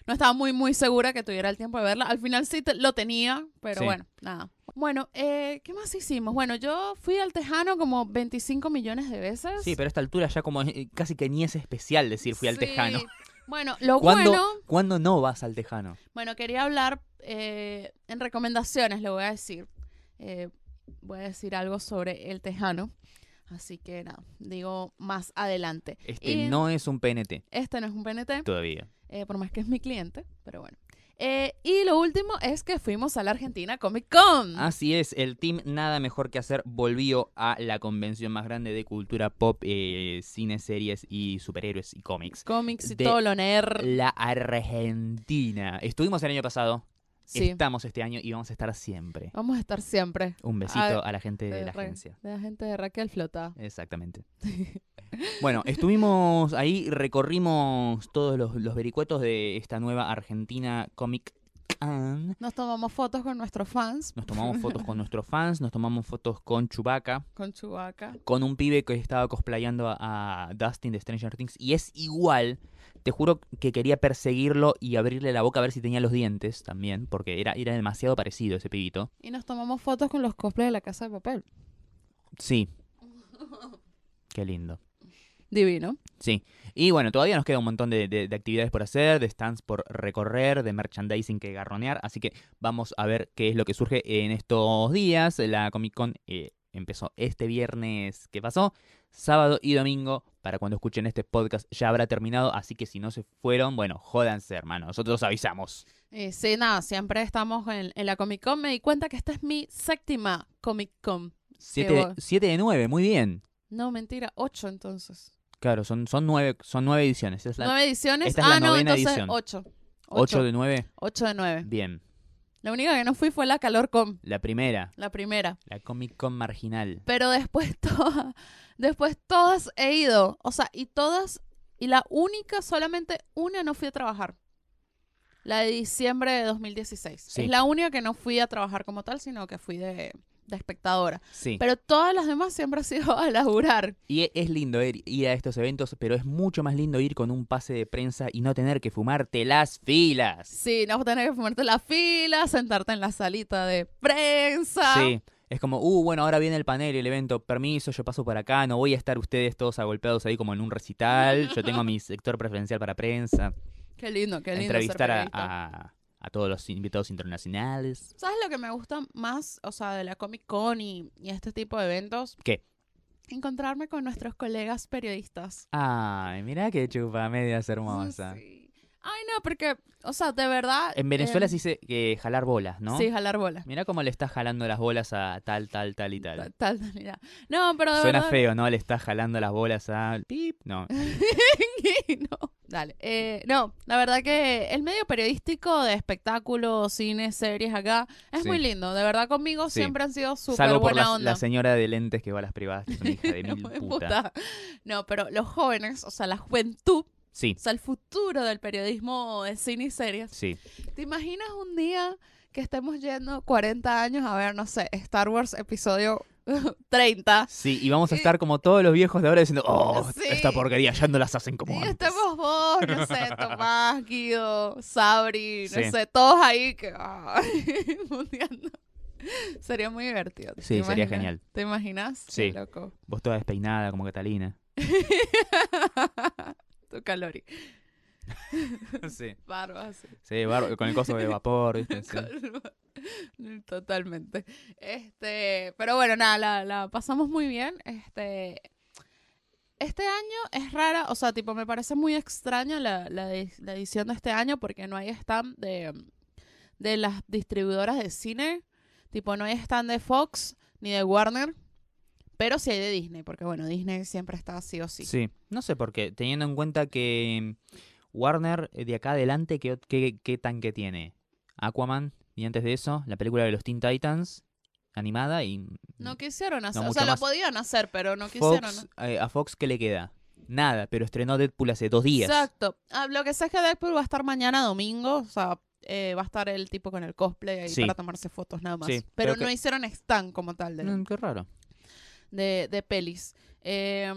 no estaba muy, muy segura que tuviera el tiempo de verla. Al final sí te- lo tenía, pero
Sí.
bueno, nada. Bueno, eh, ¿qué más hicimos? Bueno, yo fui al Tejano como 25 millones de veces.
Sí, pero a esta altura ya como es- casi que ni es especial decir fui al
Sí.
Tejano.
Bueno, lo
¿Cuándo,
bueno...
¿Cuándo no vas al Tejano?
Bueno, quería hablar eh, en recomendaciones, le voy a decir. Eh, voy a decir algo sobre el tejano. Así que nada, digo más adelante.
Este
Y
no es un PNT
Este no es un PNT,
todavía.
eh, por más que es mi cliente, pero bueno. Eh, y lo último es que fuimos a la Argentina Comic Con.
Así es, el team Nada Mejor Que Hacer volvió a la convención más grande de cultura pop, eh, cine, series y superhéroes y cómics.
Cómics y
de
todo lo nerd.
La Argentina. Estuvimos el año pasado,
Sí, Ah,
estamos este año y vamos a estar siempre.
vamos a estar siempre.
Un besito a la gente de la
Ra-
agencia.
de la gente de Raquel Flota.
Exactamente. Bueno, estuvimos ahí, recorrimos todos los, los vericuetos de esta nueva Argentina Comic Con.
Nos tomamos fotos con nuestros fans,
Nos tomamos fotos con nuestros fans, nos tomamos fotos con Chewbacca,
con Chewbacca.
con un pibe que estaba cosplayando a, a Dustin de Stranger Things. Y es igual, te juro que quería perseguirlo y abrirle la boca a ver si tenía los dientes también, porque era, era demasiado parecido ese pibito.
Y nos tomamos fotos con los cosplays de la Casa de Papel.
Sí. Qué lindo.
Divino.
Sí, y bueno, todavía nos queda un montón de, de- de actividades por hacer, de stands por recorrer, de merchandising que garronear, así que vamos a ver qué es lo que surge en estos días. La Comic Con eh, empezó este viernes que pasó, sábado y domingo. Para cuando escuchen este podcast ya habrá terminado, así que si no se fueron, bueno, jódanse, hermano, nosotros avisamos.
Y Eh, sí, nada, siempre estamos en, en la Comic Con. Me di cuenta que esta es mi séptima Comic Con.
Siete e- de,
voy.
siete de nueve, muy bien.
No, mentira, ocho entonces.
Claro, son, son, nueve, son nueve ediciones. esa es la-
Nueve ediciones.
esta es la
ah, no,
novena
entonces
edición.
ocho.
¿Ocho
Ocho,
de nueve?
ocho de nueve.
Bien.
La única que no fui fue la Calor Con,
La primera,
la primera.
la Comic Con marginal.
Pero después todas, después todas he ido. O sea, y todas, y la única, solamente una no fui a trabajar. La de diciembre de 2016.
Sí.
Es la única que no fui a trabajar como tal, sino que fui de, de espectadora.
Sí.
Pero todas las demás siempre ha sido a laburar.
Y e- es lindo ir, ir a estos eventos, pero es mucho más lindo ir con un pase de prensa y no tener que fumarte las filas.
Sí, no tener que fumarte la fila, sentarte en la salita de prensa.
Sí. Es como, uh, bueno, ahora viene el panel, el evento, permiso, yo paso por acá, no voy a estar ustedes todos agolpeados ahí como en un recital, yo tengo mi sector preferencial para prensa,
Qué lindo, qué lindo. ser
entrevistar a, a-
periodista.
a todos los invitados internacionales.
¿Sabes lo que me gusta más, o sea, de la Comic Con y, y este tipo de eventos?
¿Qué?
Encontrarme con nuestros colegas periodistas.
Ay, mirá qué chupa medias hermosa.
Sí. Ay, no, porque, o sea, de verdad.
En Venezuela
eh,
se dice que jalar bolas, ¿no?
Sí, jalar bola.
Mirá cómo le estás jalando las bolas a tal, tal, tal y tal.
Tal, tal, ya. No, pero de
Suena
verdad.
feo, ¿no? Le estás jalando las bolas a... Pip. No,
no. Dale. Eh, no, la verdad que el medio periodístico de espectáculos, cine, series acá es
Sí.
muy lindo. De verdad, conmigo
Sí.
siempre han sido súper
salvo por
buena
la,
onda.
la señora de lentes que va a las privadas, que es una hija de
No,
mil
me
puta.
puta. No, pero los jóvenes, o sea, la juventud,
Sí,
o sea, el futuro del periodismo de cine y series.
sí.
¿Te imaginas un día que estemos yendo 40 años a ver, no sé, Star Wars episodio 30?
Sí, y vamos a estar como todos los viejos de ahora diciendo, oh,
Sí.
esta porquería ya no las hacen como
Y
antes.
estemos vos, no sé, Tomás, Guido, Sabri, no
Sí.
sé, todos ahí que ay, mundiando. Sería muy divertido. ¿te
Sí, sería
imaginas?
genial.
¿Te imaginas?
Sí.
Qué loco.
Vos toda despeinada como Catalina.
tu calori.
sí,
Barba así.
sí bárbaro, con el coso de vapor, ¿viste? Sí.
Totalmente. Este, pero bueno, nada, la, la pasamos muy bien. Este, este año es rara, o sea, tipo, me parece muy extraño la, la de- la edición de este año porque no hay stand de, de las distribuidoras de cine. Tipo, no hay stand de Fox ni de Warner. Pero sí hay de Disney, porque bueno, Disney siempre está así o sí.
Sí. No sé por qué, teniendo en cuenta que mm, Warner eh, de acá adelante, ¿qué, qué, qué tanque tiene? Aquaman, y antes de eso, la película de los Teen Titans, animada y... mm,
No quisieron hacer, o
mucho
sea, lo
más.
podían hacer, pero no
Fox,
quisieron.
eh, ¿A Fox qué le queda? Nada, pero estrenó Deadpool hace dos días.
Exacto. Ah, lo que sé es que Deadpool va a estar mañana domingo, o sea, eh, va a estar el tipo con el cosplay ahí
Sí.
para tomarse fotos nada más.
Sí,
pero
creo que-
no hicieron stand como tal de,
Mm, qué raro.
de, de pelis. Eh,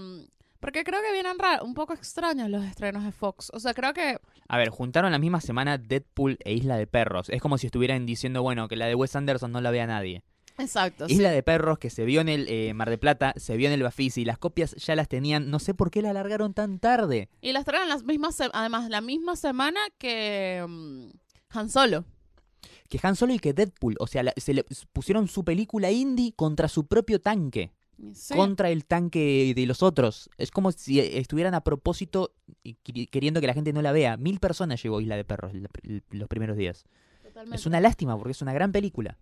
porque creo que vienen ra- un poco extraños los estrenos de Fox. O sea, creo que
A ver, juntaron la misma semana Deadpool e Isla de Perros. Es como si estuvieran diciendo, bueno, que la de Wes Anderson no la vea nadie.
Exacto. sí.
Isla de Perros, que se vio en el eh, Mar de Plata, se vio en el Bafisi, las copias ya las tenían, no sé por qué la alargaron tan tarde.
Y la estrenan las mismas se- además la misma semana que mm, Han Solo.
Que Han Solo y que Deadpool, o sea, la- se le s- pusieron su película indie contra su propio tanque,
Sí.
contra el tanque de los otros. Es como si eh, estuvieran a propósito y queri- queriendo que la gente no la vea. Mil personas llegó Isla de Perros la pr- l- los primeros días.
Totalmente.
Es una lástima porque es una gran película.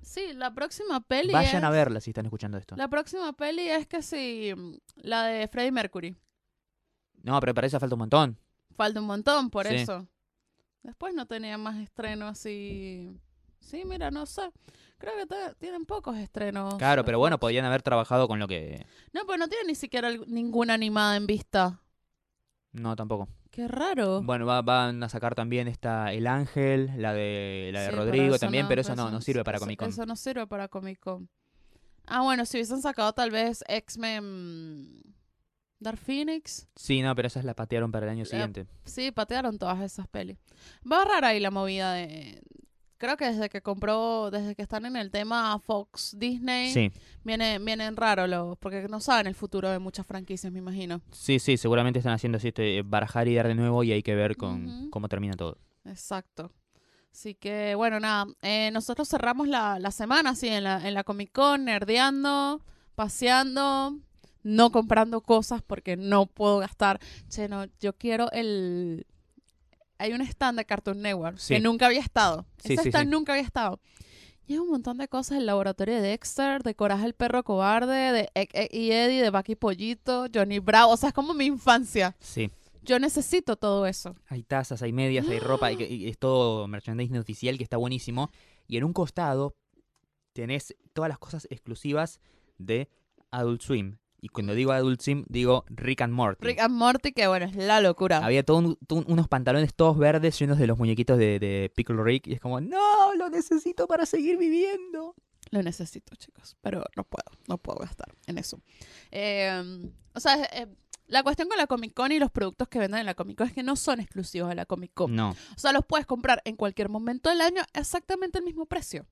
Sí, la próxima peli
Vayan
es-
a verla si están escuchando esto.
La próxima peli es que si mm, la de Freddie Mercury.
No, pero para eso falta un montón.
Falta un montón por
Sí.
eso. Después no tenía más estrenos así. Sí, mira, no sé. Creo que te- tienen pocos estrenos.
Claro,
de
pero bueno,
Fox.
podían haber trabajado con lo que...
No, pues no tiene ni siquiera al- ninguna animada en vista.
No, tampoco.
Qué raro.
Bueno, va- van a sacar también esta El Ángel, la de la de
Sí, pero
Rodrigo
eso
también,
no,
pero eso no, no
s-
sirve para
eso-
Comic Con.
Eso no sirve para Comic Con. Ah, bueno, si hubiesen sacado tal vez X-Men Dark Phoenix.
Sí, no, pero esas la patearon para el año
La-
siguiente.
Sí, patearon todas esas pelis. Va a rara ahí la movida de... Creo que desde que compró, desde que están en el tema Fox, Disney,
Sí,
viene, vienen raros los... Porque no saben el futuro de muchas franquicias, me imagino.
sí, sí, seguramente están haciendo así, este, barajar y dar de nuevo y hay que ver con
Ujú.
cómo termina todo.
Exacto. Así que, bueno, nada. eh, nosotros cerramos la, la semana así en la, en la Comic Con, nerdeando, paseando, no comprando cosas porque no puedo gastar. Che, no, yo quiero el. Hay un stand de Cartoon Network
Sí.
que nunca había estado.
Sí,
Ese
sí,
stand
sí.
nunca había estado. Y hay un montón de cosas: el laboratorio de Dexter, de Coraje el perro cobarde, de Egg, Egg y Eddie, de Bucky Pollito, Johnny Bravo. O sea, es como mi infancia.
Sí,
Yo necesito todo eso.
hay tazas, hay medias, hay ropa, y, que- y es todo merchandising oficial que está buenísimo. Y en un costado tenés todas las cosas exclusivas de Adult Swim. Y cuando digo Adult Swim, digo Rick ah. and Morty.
Rick and Morty, que bueno, es la locura.
Había todo un- todo un- unos pantalones todos verdes llenos de los muñequitos de, de Pickle Rick. Y es como, no, lo necesito para seguir viviendo.
Lo necesito, chicos, pero no puedo, no puedo gastar en eso. Eh, o sea, eh, eh, la cuestión con la Comic Con y los productos que venden en la Comic Con es que no son exclusivos de la Comic Con.
No,
O sea, los puedes comprar en cualquier momento del año a exactamente el mismo precio.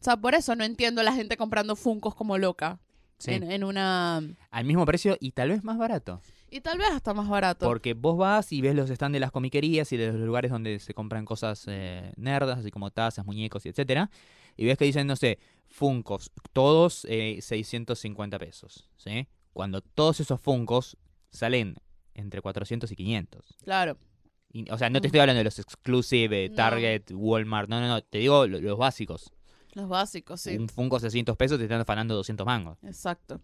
O sea, por eso no entiendo a la gente comprando Funcos como loca
sí.
en, en una...
Al mismo precio y tal vez más barato.
Y tal vez hasta más barato.
Porque vos vas y ves los stands de las comiquerías y de los lugares donde se compran cosas eh, nerdas, así como tazas, muñecos y etcétera. Y ves que dicen, no sé, Funcos, todos eh, 650 pesos. ¿sí? Cuando todos esos Funcos salen entre 400 y 500.
Claro.
Y- o sea, no te
Mm.
estoy hablando de los exclusive, eh,
No.
Target, Walmart, no, no, no, te digo lo- los básicos.
Los básicos, sí.
Un Funko 600 pesos te están afanando 200 mangos.
Exacto.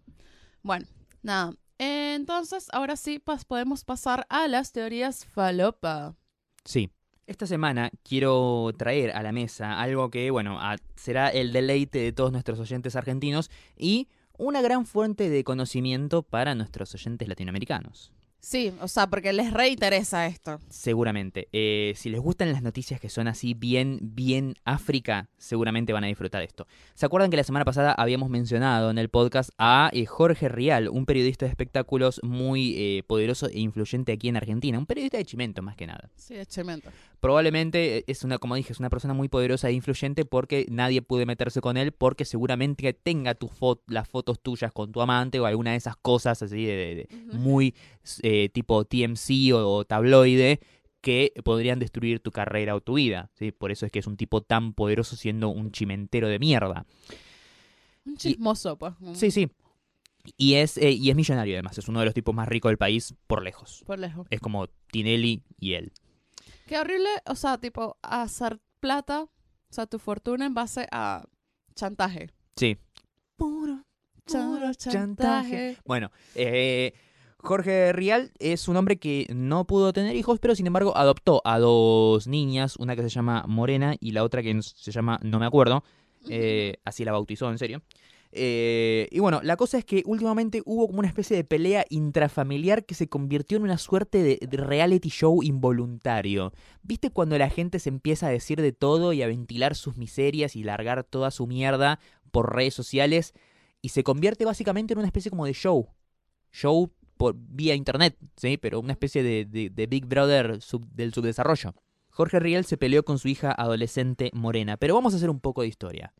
Bueno, nada. Eh, Entonces, ahora sí pas- podemos pasar a las teorías falopa.
Sí. Esta semana quiero traer a la mesa algo que, bueno, a- será el deleite de todos nuestros oyentes argentinos y una gran fuente de conocimiento para nuestros oyentes latinoamericanos.
Sí, o sea, porque les reinteresa esto.
Seguramente. Eh, si les gustan las noticias que son así bien, bien África, seguramente van a disfrutar esto. ¿Se acuerdan que la semana pasada habíamos mencionado en el podcast a eh, Jorge Rial, un periodista de espectáculos muy eh, poderoso e influyente aquí en Argentina? Un periodista de Chimento, más que nada.
Sí, es tremendo.
Probablemente eh, es una, como dije, es una persona muy poderosa e influyente porque nadie puede meterse con él porque seguramente tenga tu fo- las fotos tuyas con tu amante o alguna de esas cosas así de, de- de-
Ujú.
muy eh, tipo TMC o, o tabloide que podrían destruir tu carrera o tu vida. ¿sí? Por eso es que es un tipo tan poderoso siendo un chimentero de mierda.
Un chismoso, pues. un-
Sí, sí. Y es, eh, y es millonario además, es uno de los tipos más ricos del país por lejos.
Por lejos.
Es como Tinelli y él.
Qué horrible, o sea, tipo, hacer plata, o sea, tu fortuna en base a chantaje.
Sí.
Puro chantaje.
Bueno, eh, Jorge Rial es un hombre que no pudo tener hijos, pero sin embargo adoptó a dos niñas, una que se llama Morena y la otra que se llama No me acuerdo, eh, así la eh, bautizó en serio. Eh, y bueno, la cosa es que últimamente hubo como una especie de pelea intrafamiliar que se convirtió en una suerte de, de reality show involuntario. ¿Viste cuando la gente se empieza a decir de todo y a ventilar sus miserias y largar toda su mierda por redes sociales? Y se convierte básicamente en una especie como de show. Show por, vía internet, ¿sí? Pero una especie de, de- de Big Brother sub- del subdesarrollo. Jorge Riel se peleó con su hija adolescente Morena, pero vamos a hacer un poco de historia.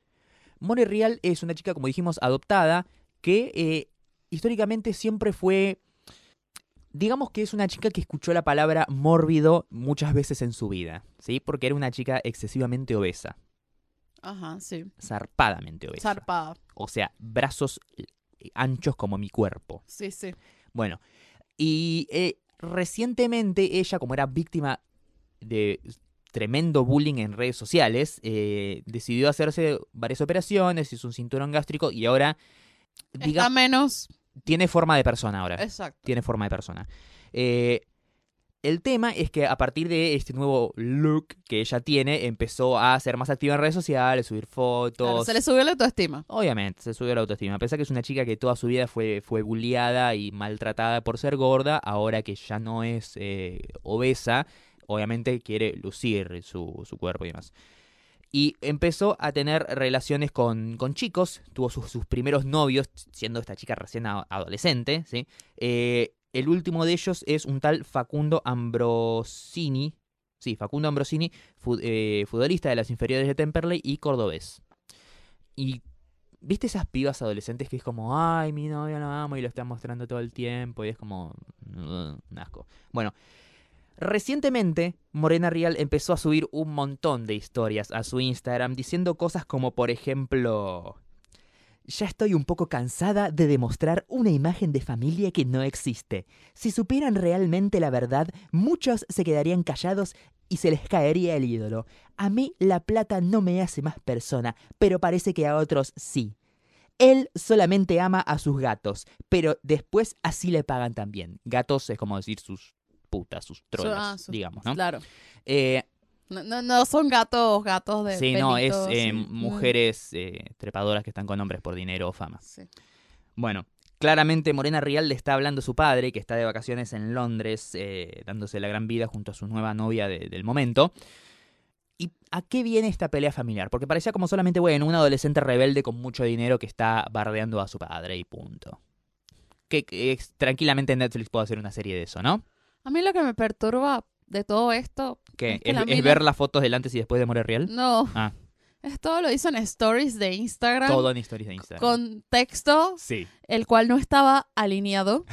More Rial es una chica, como dijimos, adoptada, que eh, históricamente siempre fue... Digamos que es una chica que escuchó la palabra mórbido muchas veces en su vida, ¿sí? Porque era una chica excesivamente obesa,
Ajá, sí.
zarpadamente obesa.
Zarpada.
o sea, brazos eh, anchos como mi cuerpo.
Sí, sí.
Bueno, y eh, recientemente ella, como era víctima de tremendo bullying en redes sociales, eh, decidió hacerse varias operaciones, hizo un cinturón gástrico y ahora,
Está
digamos,
menos.
tiene forma de persona ahora.
Exacto.
Tiene forma de persona. Eh, el tema es que a partir de este nuevo look que ella tiene, empezó a ser más activa en redes sociales, subir fotos.
Claro, se le subió la autoestima.
Obviamente, se subió la autoestima. A pesar que es una chica que toda su vida fue, fue bulleada y maltratada por ser gorda, ahora que ya no es eh, obesa, obviamente quiere lucir su, su cuerpo y demás. Y empezó a tener relaciones con, con chicos, tuvo sus, sus primeros novios, siendo esta chica recién a- adolescente, ¿sí? Eh, el último de ellos es un tal Facundo Ambrosini, sí, Facundo Ambrosini, fu- eh, futbolista de las inferiores de Temperley y cordobés. Y ¿Viste esas pibas adolescentes que es como, ay, mi novia lo amo y lo está mostrando todo el tiempo? Y es como, "Ugh, un asco. Bueno, recientemente Morena Real empezó a subir un montón de historias a su Instagram diciendo cosas como, por ejemplo, ya estoy un poco cansada de demostrar una imagen de familia que no existe. Si supieran realmente la verdad, muchos se quedarían callados y se les caería el ídolo. A mí la plata no me hace más persona, pero parece que a otros sí. Él solamente ama a sus gatos, pero después así le pagan también. Gatos es como decir sus putas, sus trolas,
ah, sus-
digamos, ¿no?
Claro.
Eh,
No, no, no son gatos, gatos de.
sí, no, es
pelitos Mm.
eh,
y-
mujeres eh, trepadoras que están con hombres por dinero o fama.
Sí.
Bueno, claramente Morena Rial le está hablando a su padre, que está de vacaciones en Londres, eh, dándose la gran vida junto a su nueva novia de- del momento. ¿Y a qué viene esta pelea familiar? Porque parecía como solamente, bueno, un adolescente rebelde con mucho dinero que está bardeando a su padre y punto. Que, que es- tranquilamente Netflix puede hacer una serie de eso, ¿no?
A mí lo que me perturba de todo esto.
Que
Es
es,
que la
es
mina-
ver las fotos del antes y después de Morena Rial.
No.
Ah.
Es todo lo hizo en stories de Instagram.
Todo en historias de Instagram.
Con texto,
Sí.
el cual no estaba alineado.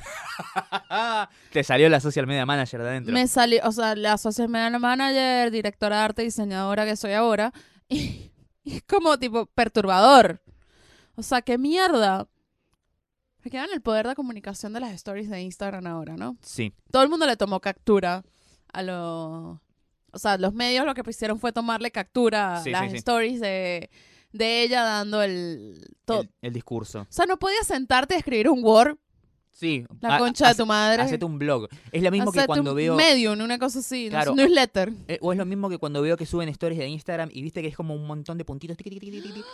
Ah, Te salió la social media manager de adentro.
Me salió, o sea, la social media manager, directora de arte, diseñadora que soy ahora. Y, y es como tipo perturbador. O sea, qué mierda. Me quedan el poder de comunicación de las stories de Instagram ahora, ¿no?
Sí.
Todo el mundo le tomó captura a los. O sea, los medios lo que hicieron fue tomarle captura a
Sí, sí,
las
sí.
stories de, de ella dando el, to-
El, el discurso.
O sea, no podías sentarte a escribir un Word,
Sí. Ah,
la
ha-
concha de
hace-
tu madre.
Hacete un blog. Es lo mismo que
Hacerte
cuando
un
veo.
Medium, una cosa así, no sé,
Claro.
newsletter.
eh, o es lo mismo que cuando veo que suben stories de Instagram y viste que es como un montón de puntitos. tiqui, tiqui, tiqui, tiqui, tiqui.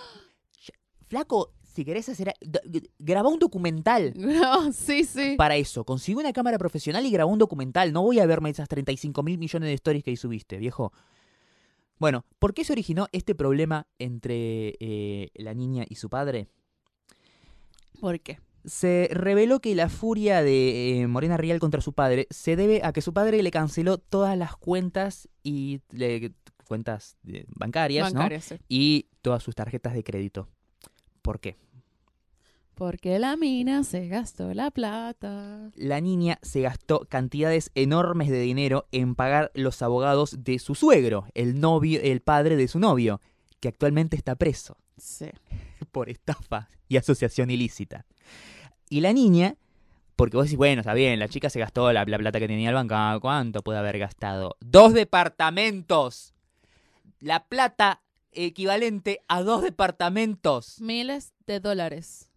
Ya- Flaco, si querés hacer. a- d- g- Graba un documental.
No, sí, sí.
Para eso, consigue una cámara profesional y graba un documental. No voy a verme esas 35 mil millones de stories que ahí subiste, viejo. Bueno, ¿por qué se originó este problema entre eh, la niña y su padre?
¿Por qué?
se reveló que la furia de eh, Morena Rial contra su padre se debe a que su padre le canceló todas las cuentas y le- cuentas eh, bancarias, ¿no?
Bancaria, sí.
y todas sus tarjetas de crédito. ¿Por qué?
Porque la mina se gastó la plata.
La niña se gastó cantidades enormes de dinero en pagar los abogados de su suegro, el novio, el padre de su novio, que actualmente está preso.
Sí.
por estafa y asociación ilícita. Y la niña, porque vos decís, bueno, está bien, la chica se gastó la, la plata que tenía el banco, ah, ¿cuánto puede haber gastado? Dos departamentos. La plata equivalente a dos departamentos.
Miles de dólares.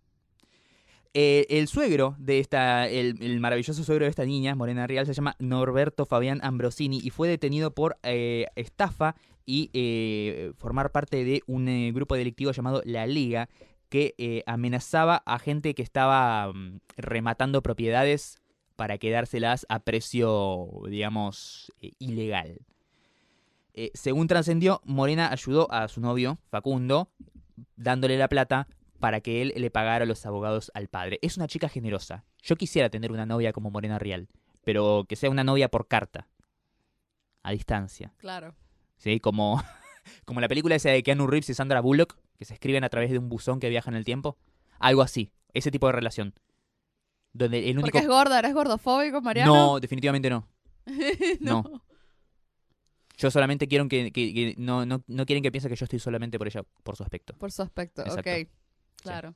Eh, el suegro de esta, el, el maravilloso suegro de esta niña, Morena Real, se llama Norberto Fabián Ambrosini y fue detenido por eh, estafa y eh, formar parte de un eh, grupo delictivo llamado La Liga, que eh, amenazaba a gente que estaba mm, rematando propiedades para quedárselas a precio, digamos, eh, ilegal. Eh, según trascendió, Morena ayudó a su novio, Facundo, dándole la plata para que él le pagara los abogados al padre. Es una chica generosa. Yo quisiera tener una novia como Morena Real, pero que sea una novia por carta, a distancia.
Claro.
¿sí? Como, como la película esa de Keanu Reeves y Sandra Bullock, que se escriben a través de un buzón que viaja en el tiempo. Algo así, ese tipo de relación. Donde el único...
Porque es gorda, eres gordofóbico, Mariano.
no, definitivamente no.
no.
Yo solamente quiero que, que- que- no, no, no quieren que piense que yo estoy solamente por ella, por su aspecto.
Por su aspecto,
Exacto.
ok. Claro.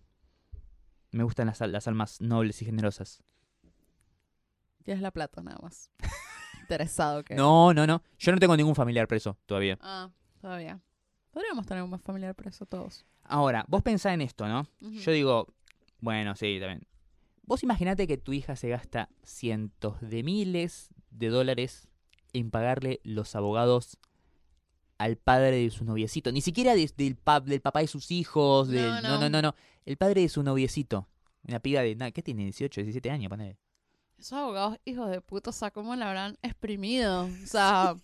Me gustan las, al- las almas nobles y generosas.
Tienes la plata nada más. Interesado que.
No, no, no. Yo no tengo ningún familiar preso todavía.
Ah, todavía. Podríamos tener un más familiar preso todos.
Ahora, vos pensá en esto, ¿no?
Ujú.
Yo digo, bueno, sí, también. Vos imaginate que tu hija se gasta cientos de miles de dólares en pagarle los abogados al padre de su noviecito. Ni siquiera de- del, pa- del papá de sus hijos. del-
No,
no, no,
no.
no, no, El padre de su noviecito. Una piba de... na- ¿Qué tiene? 18, 17 años, ponele.
Esos abogados, hijos de puta, o sea, ¿cómo la habrán exprimido? O sea.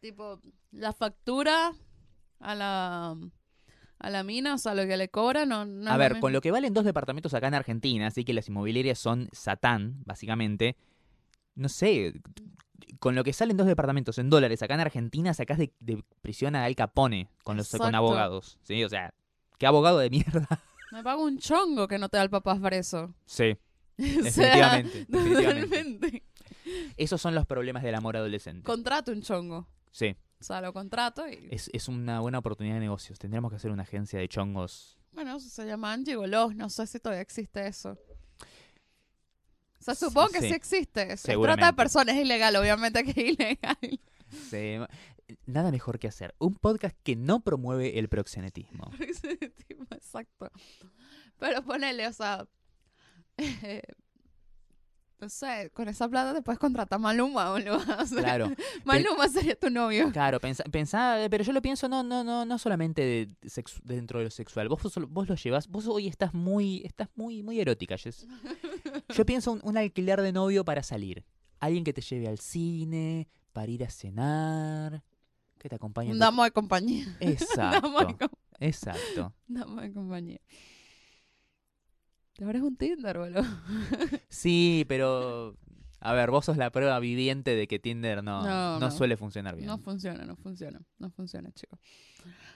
tipo, la factura a la. A la mina, o sea, lo que le cobran, no. no
A
es
ver,
mismo.
con lo que valen dos departamentos acá en Argentina, así que las inmobiliarias son satán, básicamente. No sé, con lo que salen dos departamentos en dólares acá en Argentina, sacás de, de prisión a Al Capone con los con
Exacto.
abogados. Sí, o sea, qué abogado de mierda.
Me pago un chongo que no te da el papá preso.
Sí,
O sea,
definitivamente. definitivamente.
Totalmente.
Esos son los problemas del amor adolescente.
Contrato un chongo.
Sí,
O sea, lo contrato y.
es, es una buena oportunidad de negocios. Tendríamos que hacer una agencia de chongos.
Bueno, eso se llaman gigolos, no sé si todavía existe eso. O sea,
Sí,
supongo que
sí.
sí existe. Se trata de
Seguramente.
personas, es ilegal, obviamente que es ilegal.
Sí, Nada mejor que hacer. Un podcast que no promueve el proxenetismo.
Por ese tipo, Exacto. Pero ponele, o sea, eh, no sé, con esa plata te puedes contratar a Maluma, boludo. O sea,
Claro.
Maluma sería tu novio.
Claro, pensa, pensá- pero yo lo pienso no no no no solamente de- de sexu- dentro de lo sexual. Vos solo- vos lo llevas, vos hoy estás muy estás muy muy erótica, Jess. Yo pienso un, un alquiler de novio para salir. Alguien que te lleve al cine, para ir a cenar, que te acompañe. en
Un
tu-
damo de compañía. Un damo de,
Exacto.
com-
exacto.
un damo de compañía. Te abres un Tinder, boludo.
Sí, pero a ver, vos sos la prueba viviente de que Tinder no
No,
no,
no.
suele funcionar bien.
No funciona, no funciona, no funciona, chicos.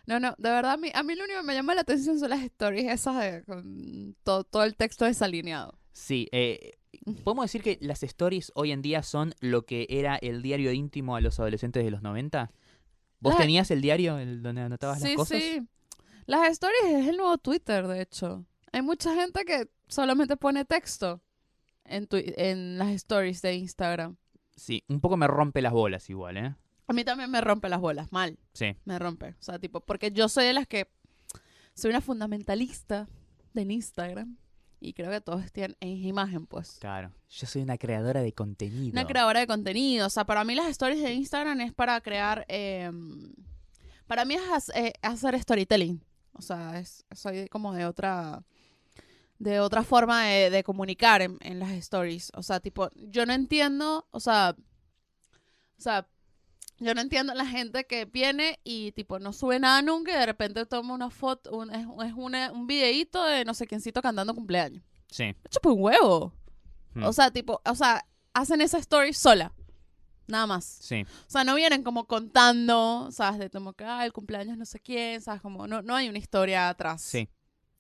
No, no, de verdad a mí, a mí lo único que me llama la atención son las stories esas de con todo, todo el texto desalineado.
Sí, eh, podemos decir que las stories hoy en día son lo que era el diario íntimo a los adolescentes de los 90. ¿Vos
Ah.
tenías el diario el- donde anotabas
Sí,
las cosas?
sí. Las stories es el nuevo Twitter, de hecho. Hay mucha gente que solamente pone texto en, tu- en las stories de Instagram.
Sí, un poco me rompe las bolas igual, ¿eh?
A mí también me rompe las bolas, mal.
Sí.
me rompe. O sea, tipo, porque yo soy de las que soy una fundamentalista de Instagram y creo que todos tienen en imagen, pues.
Claro. Yo soy una creadora de contenido.
Una creadora de contenido. O sea, para mí las stories de Instagram es para crear. eh, para mí es hac- eh, hacer storytelling. O sea, es- soy como de otra. De otra forma de, de comunicar en, en las stories. O sea, tipo, yo no entiendo. O sea. O sea. Yo no entiendo la gente que viene y tipo no sube nada nunca y de repente toma una foto, un- es, es una- un videíto de no sé quiéncito cantando cumpleaños.
Sí.
Chupa un pues, huevo.
Mm.
O sea, tipo, o sea, hacen esa story sola. Nada más.
Sí.
O sea, no vienen como contando, ¿sabes? De como que, ah, el cumpleaños no sé quién, ¿sabes? Como, no, no hay una historia atrás.
Sí.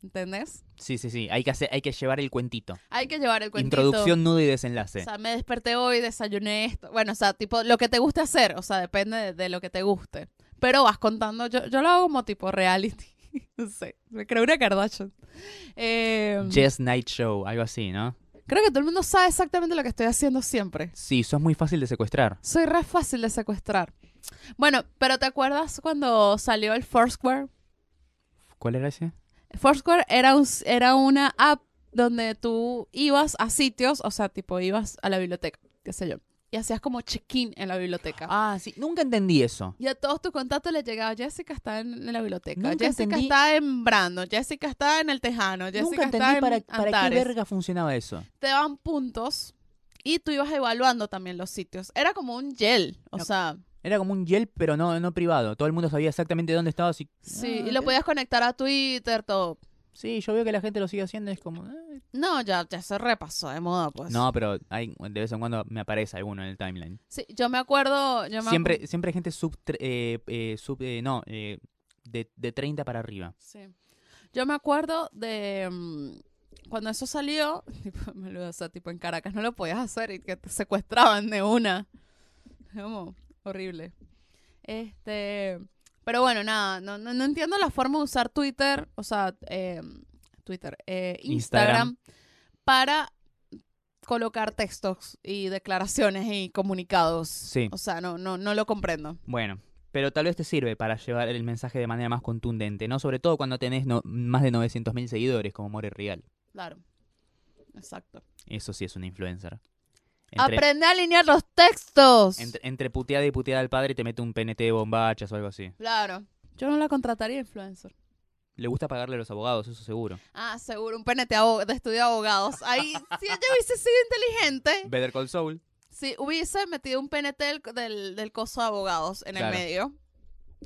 ¿Entendés?
Sí, sí, sí. Hay que, hacer, hay que llevar el cuentito.
Hay que llevar el cuentito.
Introducción, nudo y desenlace.
O sea, me desperté hoy, desayuné esto. Bueno, o sea, tipo, lo que te guste hacer. O sea, depende de, de lo que te guste. Pero vas contando. Yo, yo lo hago como tipo reality. no sé. Me creo una Kardashian. Eh,
Jess Night Show, algo así, ¿no?
Creo que todo el mundo sabe exactamente lo que estoy haciendo siempre.
Sí, sos muy fácil de secuestrar.
Soy re fácil de secuestrar. Bueno, pero ¿te acuerdas cuando salió el Foursquare?
¿Cuál era ese?
Foursquare era, un, era una app donde tú ibas a sitios, o sea, tipo ibas a la biblioteca, qué sé yo, y hacías como check-in en la biblioteca.
Ah, sí, nunca entendí eso.
Y a todos tus contactos les llegaba, Jessica está en, en la biblioteca,
Nunca
Jessica
entendí-
está en Brando, Jessica está en el Tejano, Jessica
nunca
está
entendí
en
para, para qué
Antares.
verga funcionaba eso.
Te daban puntos y tú ibas evaluando también los sitios. Era como un gel, o
No.
sea,
Era como un Yelp, pero no, no privado. Todo el mundo sabía exactamente dónde estaba. Así,
sí,
Ah,
y lo
ok.
podías conectar a Twitter, todo.
Sí, yo veo que la gente lo sigue haciendo. Es como. eh.
No, ya, ya se repasó de moda, pues.
No, pero hay, de vez en cuando me aparece alguno en el timeline.
Sí, yo me acuerdo, yo me acu-
Siempre, siempre hay gente sub. tre- eh, eh, sub eh, no, eh, de, de 30 para arriba.
Sí. Yo me acuerdo de mm, cuando eso salió, tipo, me lo, o sea, tipo en Caracas no lo podías hacer y que te secuestraban de una. Como horrible. Este, pero bueno, nada, no, no, no entiendo la forma de usar Twitter, o sea, eh, Twitter, eh, Instagram,
Instagram.
para colocar textos y declaraciones y comunicados.
Sí.
O sea, no, no, no lo comprendo.
Bueno, pero tal vez te sirve para llevar el mensaje de manera más contundente, ¿no? Sobre todo cuando tenés no- más de 900.000 seguidores como More Real.
Claro. Exacto.
Eso sí es una influencer.
Aprende a alinear los textos.
entre, entre puteada y puteada al padre te mete un PNT de bombachas o algo así.
Claro. Yo no la contrataría influencer.
Le gusta pagarle a los abogados, eso seguro.
Ah, seguro, un PNT abo- de estudio de abogados. Ahí, si ella hubiese sido inteligente,
Better Call Saul.
si hubiese metido un PNT del, del, del coso de abogados en
Claro.
el medio,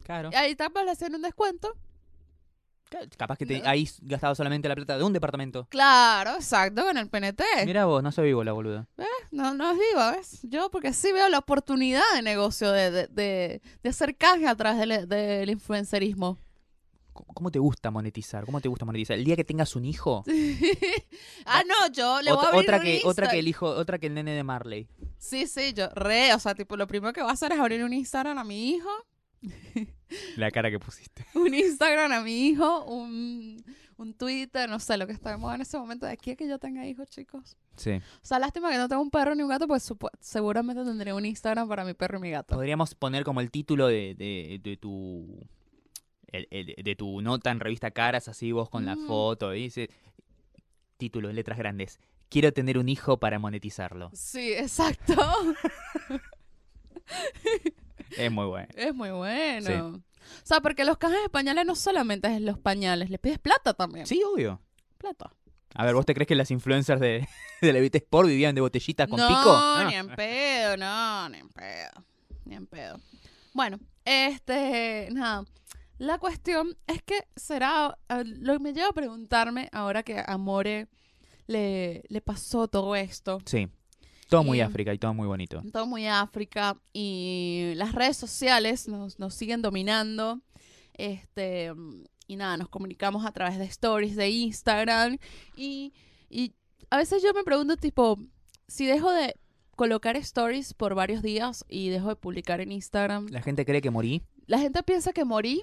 Claro.
y ahí tal vez le hacían un descuento.
Ca- Capaz que te-
No.
ahí gastaba solamente la plata de un departamento.
Claro, exacto, con el PNT.
Mira vos, no soy vivo la boluda.
No, no es viva, ¿ves? Yo porque sí veo la oportunidad de negocio, de, de, de- de hacer canje a través del, del influencerismo.
C- ¿Cómo te gusta monetizar? ¿Cómo te gusta monetizar? El día que tengas un hijo,
ah, no, yo le voy a
otra, otra
abrir un
que otra que
Insta.
el hijo, otra que el nene de Marley.
Sí, sí, yo re, o sea, tipo, lo primero que voy a hacer es abrir un Instagram a mi hijo,
La cara que pusiste.
un Instagram a mi hijo, un, un Twitter, no sé, lo que está de moda en ese momento de aquí a que yo tenga hijos, chicos.
Sí.
O sea, lástima que no tengo un perro ni un gato, pues supo- seguramente tendré un Instagram para mi perro y mi gato.
Podríamos poner como el título de, de- de tu el- el- de tu nota en revista Caras, así vos con la
Mm.
foto, dice título en letras grandes. Quiero tener un hijo para monetizarlo.
Sí, exacto.
Es muy bueno.
es muy bueno. O sea, porque los canjes de pañales no solamente es los pañales, le pides plata también.
Sí, obvio.
Plata.
A ver, ¿vos te crees que las influencers de, de la Vita Sport vivían de botellitas con
no,
pico? Ah.
ni en pedo, no, ni en pedo. Ni en pedo. Bueno, este, nada. La cuestión es que será, eh, lo que me lleva a preguntarme ahora que a More le, le pasó todo esto,
Sí. Todo muy
Y-
África y todo muy bonito.
todo muy África y las redes sociales nos, nos siguen dominando, este, y nada, nos comunicamos a través de stories de Instagram y, y a veces yo me pregunto tipo, si dejo de colocar stories por varios días y dejo de publicar en Instagram,
La gente cree que morí,
¿la gente piensa que morí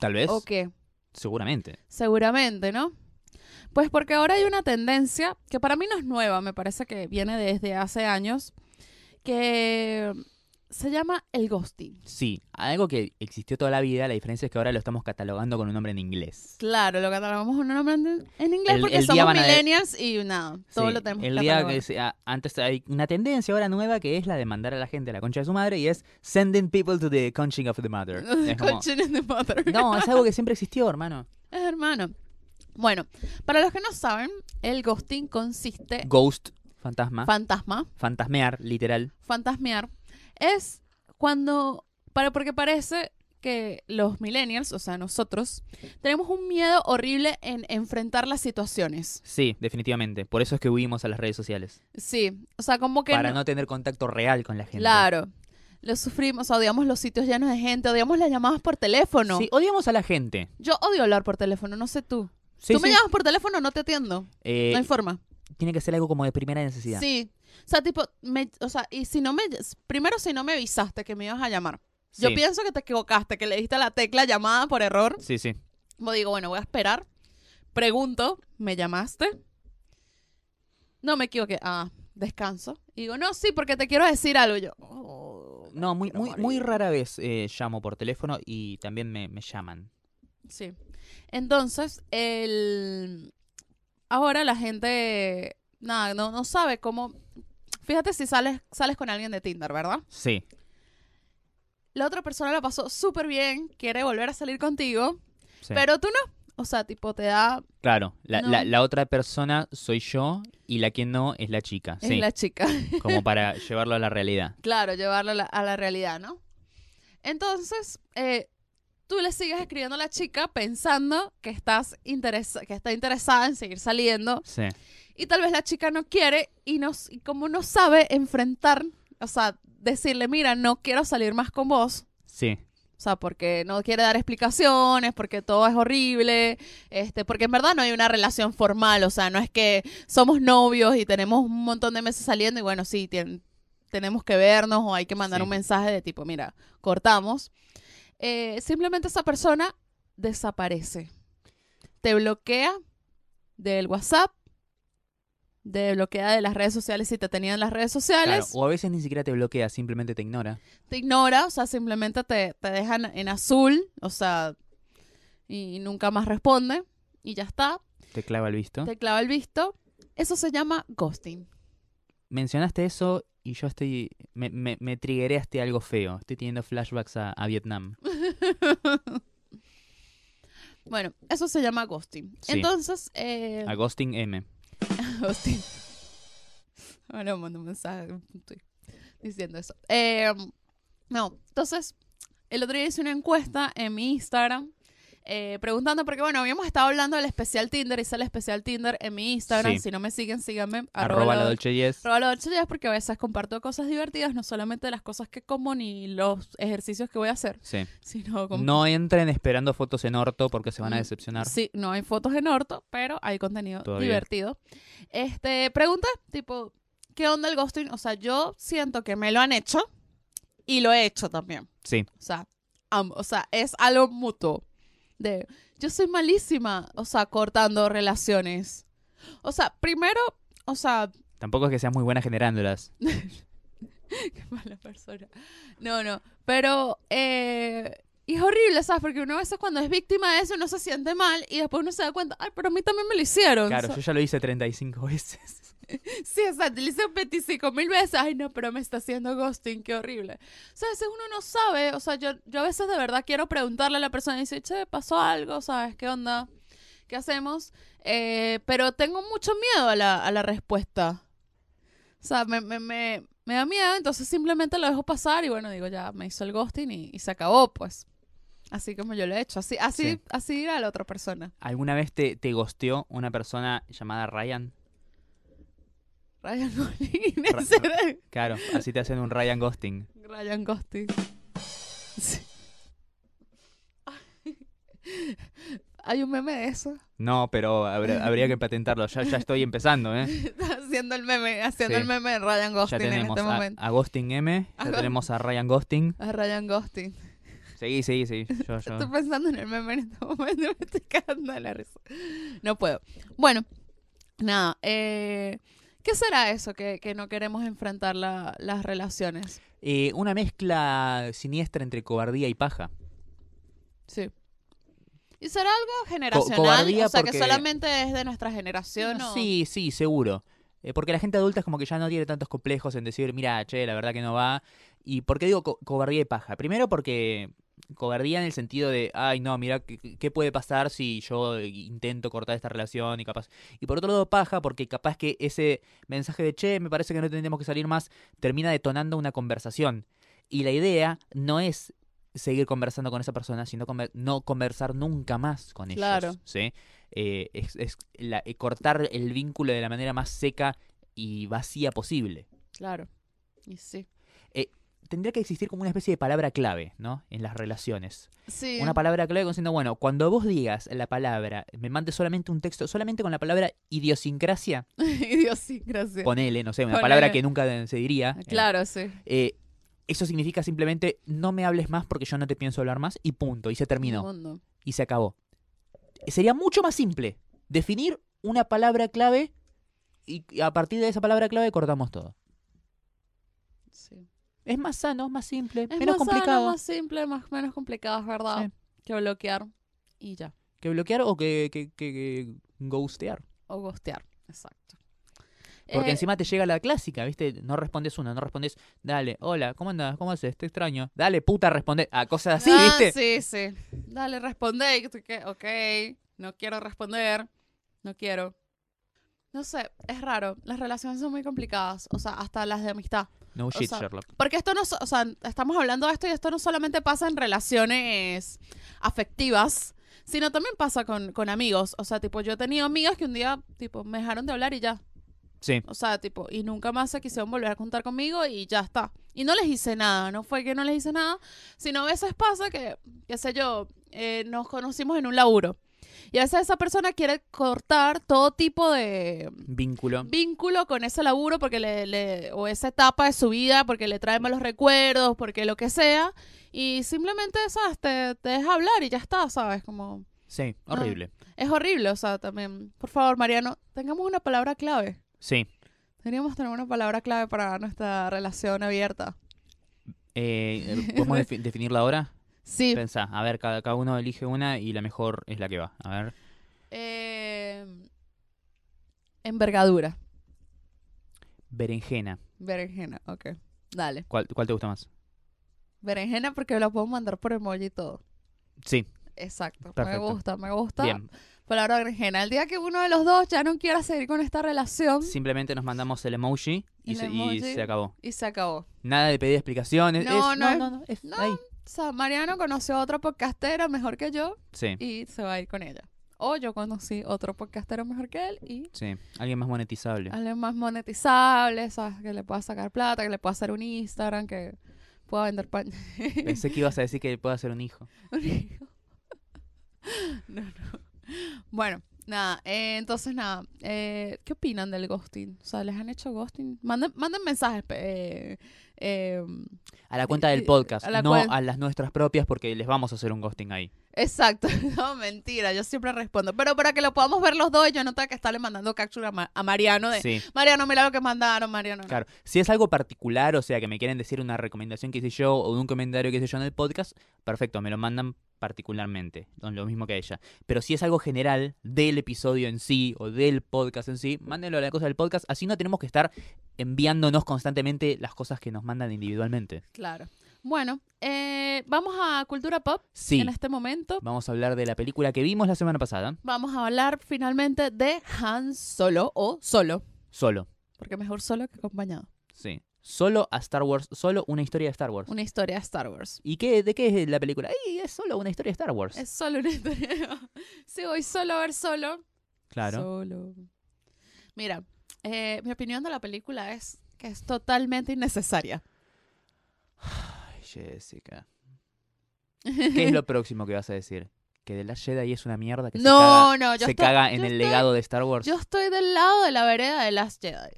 tal vez,
o qué?
seguramente.
Seguramente, ¿no? Pues porque ahora hay una tendencia que para mí no es nueva, me parece que viene desde hace años, que se llama el ghosting.
Sí, algo que existió toda la vida, la diferencia es que ahora lo estamos catalogando con un nombre en inglés.
Claro, lo catalogamos con un nombre en- en inglés
El-
porque
el día
somos
van a de-
millennials y nada, todo
Sí,
lo tenemos
El día
catalogado.
que sea- antes hay una tendencia ahora nueva que es la de mandar a la gente a la concha de su madre y es sending people to the conching of the mother. Es como-
Conchín in the mother.
no, es algo que siempre existió, hermano.
Es hermano. Bueno, para los que no saben, el ghosting consiste
Ghost, fantasma,
fantasma,
fantasmear, literal.
fantasmear es cuando para porque parece que los millennials, o sea, nosotros tenemos un miedo horrible en enfrentar las situaciones.
Sí, definitivamente. Por eso es que huimos a las redes sociales.
Sí, o sea, como que
Para
no-
no tener contacto real con la gente.
claro. Lo sufrimos, odiamos los sitios llenos de gente, odiamos las llamadas por teléfono.
Sí, odiamos a la gente.
Yo odio hablar por teléfono, no sé tú.
Sí,
tú me
sí.
llamas por teléfono, no te atiendo.
Eh,
no hay forma.
tiene que ser algo como de primera necesidad.
Sí. O sea, tipo, me- o sea, y si no me primero si no me avisaste que me ibas a llamar. Yo
Sí.
pienso que te equivocaste, que le diste a la tecla llamada por error.
Sí, sí.
Como digo, bueno, voy a esperar. Pregunto, ¿me llamaste? No me equivoqué. Ah, descanso. Y digo, no, sí, porque te quiero decir algo. Y Yo, oh, me
No, muy,
quiero
muy,
morir.
muy rara vez eh, llamo por teléfono y también me, me llaman.
Sí. Entonces, el... ahora la gente, nada, no, no sabe cómo Fíjate si sales, sales con alguien de Tinder, ¿verdad?
Sí.
La otra persona la pasó súper bien, quiere volver a salir contigo,
sí.
pero tú no. O sea, tipo, te da...
claro, la,
No.
la- la otra persona soy yo y la que no es la chica.
Es
sí,
la chica.
como para llevarlo a la realidad.
Claro, llevarlo a la, a la realidad, ¿no? Entonces, eh, tú le sigues escribiendo a la chica pensando que, estás interesa- que está interesada en seguir saliendo
Sí.
y tal vez la chica no quiere y, no, s- y como no sabe enfrentar, o sea, decirle, mira, no quiero salir más con vos.
Sí.
O sea, porque no quiere dar explicaciones, porque todo es horrible, este, porque en verdad no hay una relación formal, o sea, no es que somos novios y tenemos un montón de meses saliendo y bueno, sí, tien- tenemos que vernos o hay que mandar
Sí.
un mensaje de tipo, mira, cortamos. Eh, simplemente esa persona desaparece. Te bloquea del WhatsApp, te bloquea de las redes sociales si te tenían las redes
Claro,
sociales
o a veces ni siquiera te bloquea, simplemente te ignora.
te ignora, o sea, simplemente te, te dejan en azul, o sea, y, nunca más responde, y ya está,
Te clava el visto.
te clava el visto. Eso se llama ghosting.
Mencionaste eso y yo estoy. Me, me, me triggereaste algo feo. Estoy teniendo flashbacks a, a Vietnam.
Bueno, eso se llama ghosting.
Sí.
Entonces, eh,
A Ghosting M.
ghosting. Ahora mando un mensaje un tuit diciendo eso. Eh, no, entonces, el otro día hice una encuesta en mi Instagram. eh, preguntando, porque bueno, habíamos estado hablando del especial Tinder, hice el especial Tinder en mi Instagram,
Sí.
si no me siguen, síganme,
Arroba, la Dolce Yes.
Arroba la Dolce Jazz, porque a veces comparto cosas divertidas, no solamente las cosas que como ni los ejercicios que voy a hacer,
Sí.
sino como...
No entren esperando fotos en orto porque se van a
Mm,
decepcionar.
Sí, no hay fotos en orto, pero hay contenido
Todavía.
divertido. Este, pregunta, tipo, ¿qué onda el ghosting? O sea, yo siento que me lo han hecho y lo he hecho también.
Sí.
O sea, am- o sea, es algo mutuo. De, yo soy malísima, o sea, cortando relaciones. O sea, primero, o sea,
Tampoco es que seas muy buena generándolas.
Qué mala persona. No, no. Pero eh, y es horrible, ¿sabes? Porque uno a veces cuando es víctima de eso uno se siente mal y después uno se da cuenta, ay, pero a mí también me lo hicieron.
Claro,
O
yo
sea,
ya lo hice 35 veces.
Sí, exacto. Le hice 25 mil veces, ay, no, pero me está haciendo ghosting, qué horrible. O sea, a veces uno no sabe, o sea, yo, yo a veces de verdad quiero preguntarle a la persona y decir, che, pasó algo, ¿sabes? ¿Qué onda? ¿Qué hacemos? Eh, pero tengo mucho miedo a la, a la respuesta. O sea, me, me, me, me da miedo, entonces simplemente lo dejo pasar y bueno, digo, ya me hizo el ghosting y, y se acabó, pues. Así como yo lo he hecho. Así, así,
Sí.
así irá la otra persona.
¿Alguna vez te, te gosteó una persona llamada Ryan?
Ryan Gosling.
Ra-
ese era-
Claro, así te hacen un Ryan Ghosting.
Ryan Gosling. Sí. Hay un meme de eso.
No, pero habría, habría que patentarlo. Ya, ya estoy empezando, ¿eh?
Está haciendo el meme, haciendo
Sí.
el meme de Ryan
Ya
Gosling en
tenemos
este
a,
momento.
a Ghosting M,
A
ya
Go-
tenemos a Ryan Ghosting.
A Ryan Gosling.
Seguí, seguí, seguí. Yo, yo.
Estoy pensando en el meme en este momento, me estoy cagando de la risa. No puedo. Bueno, nada. eh, ¿Qué será eso que, que no queremos enfrentar la- las relaciones?
Eh, una mezcla siniestra entre cobardía y paja.
Sí. ¿Y será algo generacional?
cobardía
o sea,
porque-
que solamente es de nuestra generación. ¿o?
Sí, sí, seguro. Eh, porque la gente adulta es como que ya no tiene tantos complejos en decir, mira, che, la verdad que no va. ¿Y por qué digo co- cobardía y paja? Primero porque cobardía en el sentido de, ay, no, mira, ¿qué, qué puede pasar si yo eh, intento cortar esta relación y capaz... Y por otro lado, paja, porque capaz que ese mensaje de, che, me parece que no tendríamos que salir más, termina detonando una conversación. Y la idea no es seguir conversando con esa persona, sino conver- no conversar nunca más con ellos.
Claro.
¿sí? Eh, es es la- eh, cortar el vínculo de la manera más seca y vacía posible.
Claro. Y sí.
Tendría que existir como una especie de palabra clave, ¿no? En las relaciones.
Sí.
Una palabra clave diciendo, bueno, cuando vos digas la palabra, me mandes solamente un texto, solamente con la palabra idiosincrasia,
Dios sí, gracias.
ponele, no sé, una
Ponele.
palabra que nunca se diría. eh,
Claro, sí.
eh, eso significa simplemente no me hables más porque yo no te pienso hablar más y punto, y se terminó,
Mundo.
y se acabó. Sería mucho más simple definir una palabra clave y y a partir de esa palabra clave cortamos todo.
Sí.
Es más sano, más simple,
Es
menos
más
complicado
sano, más simple, más menos complicado, es verdad.
Sí.
Que bloquear y ya.
que bloquear o que, que- que- que ghostear.
O gostear. Exacto.
Porque
Eh,
encima te llega la clásica, ¿viste? No respondes una, no respondes, dale, hola, ¿cómo andas? ¿Cómo haces? Te extraño. Dale, puta, responde. A cosas así,
ah,
¿viste?
Sí, sí. Dale, responde. Y que tú que, ok, no quiero responder. No quiero. No sé, es raro. Las relaciones son muy complicadas. O sea, hasta las de amistad.
No shit,
sea,
Sherlock.
Porque esto no, so- o sea, estamos hablando de esto y esto no solamente pasa en relaciones afectivas, sino también pasa con, con amigos. O sea, tipo, yo he tenido amigas que un día, tipo, me dejaron de hablar y ya.
Sí.
O sea, tipo, y nunca más se quisieron volver a juntar conmigo y ya está. Y no les hice nada, no fue que no les hice nada, sino a veces pasa que, qué sé yo, eh, nos conocimos en un laburo. Y a veces esa persona quiere cortar todo tipo de,
Vínculo.
vínculo con ese laburo porque le, le- o esa etapa de su vida porque le trae malos recuerdos porque lo que sea y simplemente sabes te, te deja hablar y ya está sabes como
Sí,
Ah.
horrible.
es horrible o sea también por favor Mariano tengamos una palabra clave
Sí.
deberíamos tener una palabra clave para nuestra relación abierta
Eh, ¿Podemos defi- definirla ahora?
sí
Pensá, a ver, cada, cada uno elige una y la mejor es la que va. A ver.
eh, envergadura
Berenjena.
berenjena ok dale
¿Cuál, cuál te gusta más?
berenjena porque lo puedo mandar por emoji y todo
Sí,
exacto
Perfecto.
me gusta me gusta
bien.
Palabra berenjena. El día que uno de los dos ya no quiera seguir con esta relación
Simplemente nos mandamos el emoji y,
um. El
se, y
emoji.
se acabó.
y se acabó.
Nada de pedir explicaciones.
No,
es-
no,
no, no, es
no.
ahí.
O sea, Mariano conoció a otra podcastera mejor que yo
Sí,
y se va a ir con ella. O yo conocí otro podcastero mejor que él y
sí. Alguien más monetizable.
alguien más monetizable, ¿sabes? Que le pueda sacar plata, que le pueda hacer un Instagram, que pueda vender pan.
Pensé que ibas a decir que puedo hacer un hijo.
Un hijo. no, no. Bueno, nada. eh, entonces, nada. eh, ¿Qué opinan del ghosting? O sea, ¿les han hecho ghosting? Manden, manden mensajes. pe- eh, eh,
A la cuenta
Eh,
del
eh,
podcast,
a la
no
cual-
a las nuestras propias porque les vamos a hacer un ghosting ahí.
exacto. No, mentira. Yo siempre respondo. Pero para que lo podamos ver los dos, yo no tengo que estarle mandando captura a, Ma- a Mariano de...
Sí,
Mariano, mira lo que mandaron, Mariano. no".
claro. Si es algo particular, o sea, que me quieren decir una recomendación que hice yo o un comentario que hice yo en el podcast, perfecto, me lo mandan particularmente, son lo mismo que ella. Pero si es algo general del episodio en sí o del podcast en sí, mándenlo a la cosa del podcast, así no tenemos que estar enviándonos constantemente las cosas que nos mandan individualmente.
Claro. Bueno, eh, vamos a Cultura Pop
Sí,
en este momento.
vamos a hablar de la película que vimos la semana pasada,
Vamos a hablar finalmente de Han Solo o Solo.
solo.
Porque mejor solo que acompañado.
Sí. Solo a Star Wars, solo una historia de Star Wars.
Una historia de Star Wars.
¿Y qué, de qué es la película? ¡Ay, es solo una historia de Star Wars!
Es solo una historia. sí, voy solo a ver solo.
claro.
Solo. Mira, eh, mi opinión de la película es que es totalmente innecesaria.
Ay, Jessica. ¿Qué es lo próximo que vas a decir? ¿Que The Last Jedi es una mierda que se
no,
caga,
no, yo
se
estoy,
caga en
yo
el
estoy-
legado de Star Wars?
yo estoy del lado de la vereda de Last Jedi.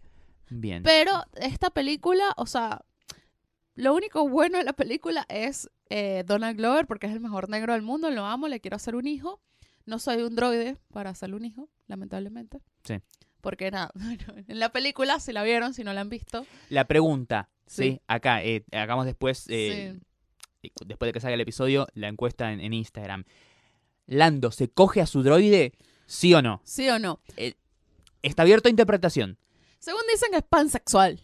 Bien.
Pero esta película, o sea, lo único bueno de la película es eh, Donald Glover, porque es el mejor negro del mundo, lo amo, le quiero hacer un hijo. No soy un droide para hacerle un hijo, lamentablemente.
Sí.
Porque nada, bueno, en la película, si la vieron, si no la han visto,
La pregunta, sí,
Sí.
acá, eh, hagamos después, eh,
sí.
después de que salga el episodio, la encuesta en, en Instagram. Lando, ¿se coge a su droide? ¿Sí o no?
¿Sí o no.
Está abierto a interpretación.
Según dicen que es pansexual,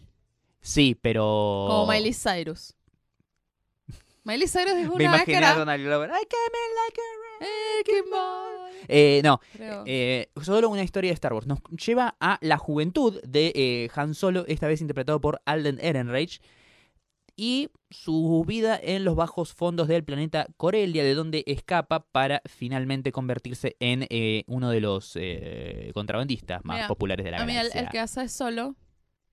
Sí, pero...
como Miley Cyrus. Miley Cyrus dijo
Me
una vez que
imaginé a
era...
Donald Glover. "I came in like a
"Erkin Boy",
Eh, no,
creo.
eh, solo una historia de Star Wars. Nos lleva a la juventud de eh, Han Solo, esta vez interpretado por Alden Ehrenreich, y su vida en los bajos fondos del planeta Corelia, de donde escapa para finalmente convertirse en eh, uno de los eh, contrabandistas más
Mira,
populares de la
A mí el,
galaxia.
el que hace es solo,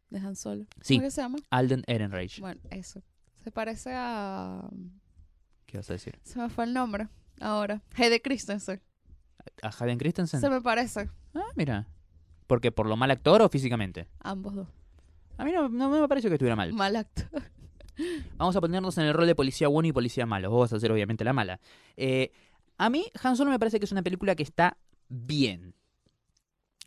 dejan solo.
Sí.
¿Cómo que se llama?
Alden Ehrenreich.
Bueno, eso. Se parece a.
¿Qué vas a decir?
Se me fue el nombre ahora. Heide Christensen.
¿A Jaden Christensen?
Se me parece.
Ah, mira. ¿Porque por lo mal actor o físicamente?
Ambos dos.
A mí no, no me pareció que estuviera mal.
Mal actor.
Vamos a ponernos en el rol de policía bueno y policía malo. Vos vas a ser obviamente la mala. Eh, a mí, Han Solo me parece que es una película que está bien.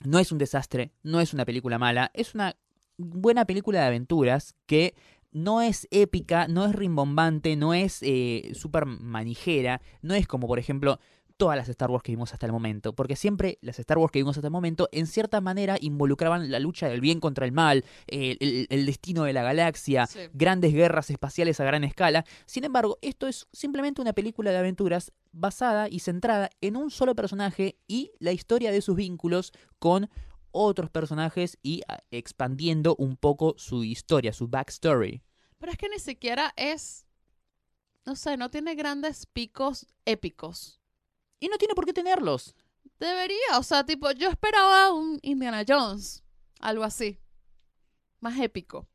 No es un desastre, no es una película mala, es una buena película de aventuras que no es épica, no es rimbombante, no es eh, súper manijera, no es como, por ejemplo, todas las Star Wars que vimos hasta el momento, porque siempre las Star Wars que vimos hasta el momento, en cierta manera, involucraban la lucha del bien contra el mal, el, el- el destino de la galaxia,
Sí.
grandes guerras espaciales a gran escala. Sin embargo, esto es simplemente una película de aventuras basada y centrada en un solo personaje y la historia de sus vínculos con otros personajes y ah, expandiendo un poco su historia, su backstory.
Pero es que ni siquiera es, no sé, no tiene grandes picos épicos.
Y no tiene por qué tenerlos.
Debería, o sea, tipo, yo esperaba un Indiana Jones, algo así, más épico.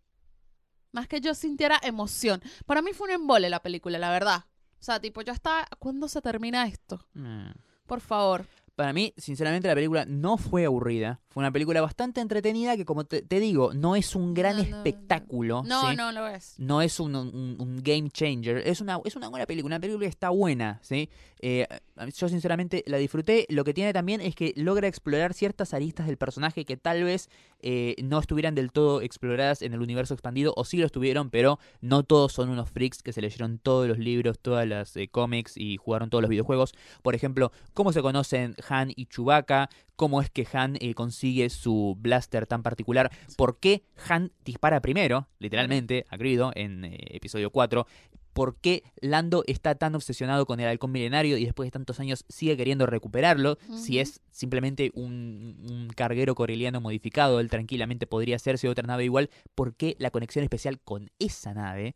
Más que yo sintiera emoción. Para mí fue un embole la película, la verdad. O sea, tipo, yo estaba, ¿cuándo se termina esto?
Mm.
Por favor.
Para mí, sinceramente, la película no fue aburrida. Fue una película bastante entretenida que, como te, te digo, no es un gran
No, no, no.
espectáculo.
No,
Oh, ¿sí?
no lo es.
No es un, un- un game changer. Es una, es una buena película. Una película que está buena, ¿sí? Eh, a mí- yo, sinceramente, la disfruté. Lo que tiene también es que logra explorar ciertas aristas del personaje que tal vez eh, no estuvieran del todo exploradas en el universo expandido. O sí lo estuvieron, pero no todos son unos freaks que se leyeron todos los libros, todas las eh, cómics y jugaron todos los videojuegos. Por ejemplo, cómo se conocen Han y Chewbacca, cómo es que Han eh, consigue su blaster tan particular, por qué Han dispara primero, literalmente, a Grido en eh, episodio 4, por qué Lando está tan obsesionado con el halcón milenario y después de tantos años sigue queriendo recuperarlo, si
Ujú.
es simplemente un, un carguero coreliano modificado, él tranquilamente podría hacerse otra nave igual, por qué la conexión especial con esa nave.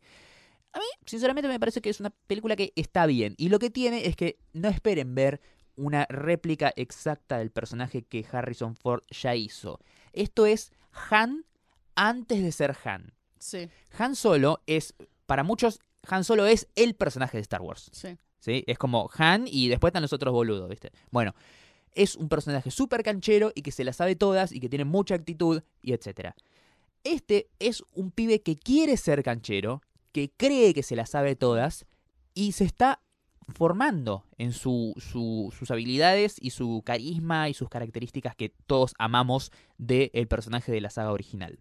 A mí, sinceramente, me parece que es una película que está bien. Y lo que tiene es que no esperen ver una réplica exacta del personaje que Harrison Ford ya hizo. Esto es Han antes de ser Han.
Sí,
Han Solo es, para muchos, Han Solo es el personaje de Star Wars.
sí.
¿sí? Es como Han y después están los otros boludos, ¿viste? Bueno, es un personaje súper canchero y que se la sabe todas y que tiene mucha actitud y etcétera. Este es un pibe que quiere ser canchero, que cree que se la sabe todas y se está formando en su- su- sus habilidades y su carisma y sus características que todos amamos del personaje de la saga original.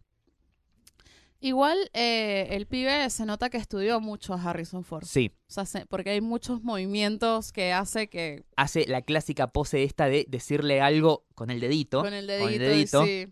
Igual eh, el pibe se nota que estudió mucho a Harrison Ford.
Sí,
O sea, se- porque hay muchos movimientos que hace que
hace la clásica pose esta de decirle algo con el dedito.
con el dedito, y
dedito.
sí.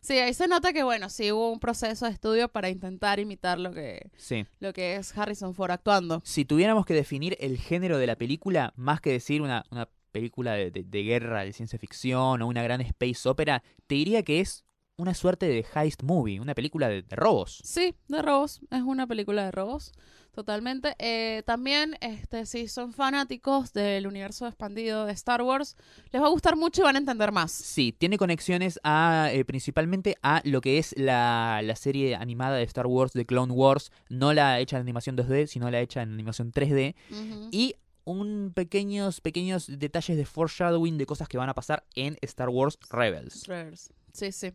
Sí, ahí se nota que bueno, sí hubo un proceso de estudio para intentar imitar lo que
Sí.
lo que es Harrison Ford actuando.
Si tuviéramos que definir el género de la película, más que decir una, una película de, de- de guerra, de ciencia ficción o una gran space opera, te diría que es una suerte de heist movie, una película de, de robos.
Sí, de robos, es una película de robos, totalmente. Eh, también, este, si son fanáticos del universo expandido de Star Wars, les va a gustar mucho y van a entender más.
Sí, tiene conexiones a eh, principalmente a lo que es la, la serie animada de Star Wars, de Clone Wars, no la hecha en animación 2D, sino la hecha en animación 3D,
Ujú.
y un pequeños, pequeños detalles de foreshadowing de cosas que van a pasar en Star Wars Rebels.
Trevers. Sí, sí.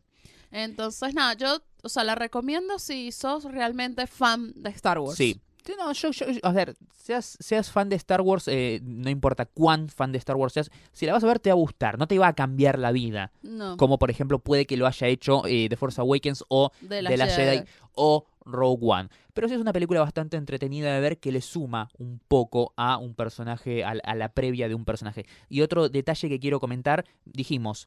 Entonces, nada, yo, o sea, la recomiendo si sos realmente fan de Star Wars.
Sí. Sí, No, yo, yo- yo- a ver, seas, seas fan de Star Wars, eh, no importa cuán fan de Star Wars seas, si la vas a ver te va a gustar, no te va a cambiar la vida,
No,
como por ejemplo puede que lo haya hecho eh, The Force Awakens o,
de la,
de la
Jedi.
Jedi. o Rogue One. Pero sí es una película bastante entretenida de ver que le suma un poco a un personaje, a, a la previa de un personaje. Y otro detalle que quiero comentar, dijimos,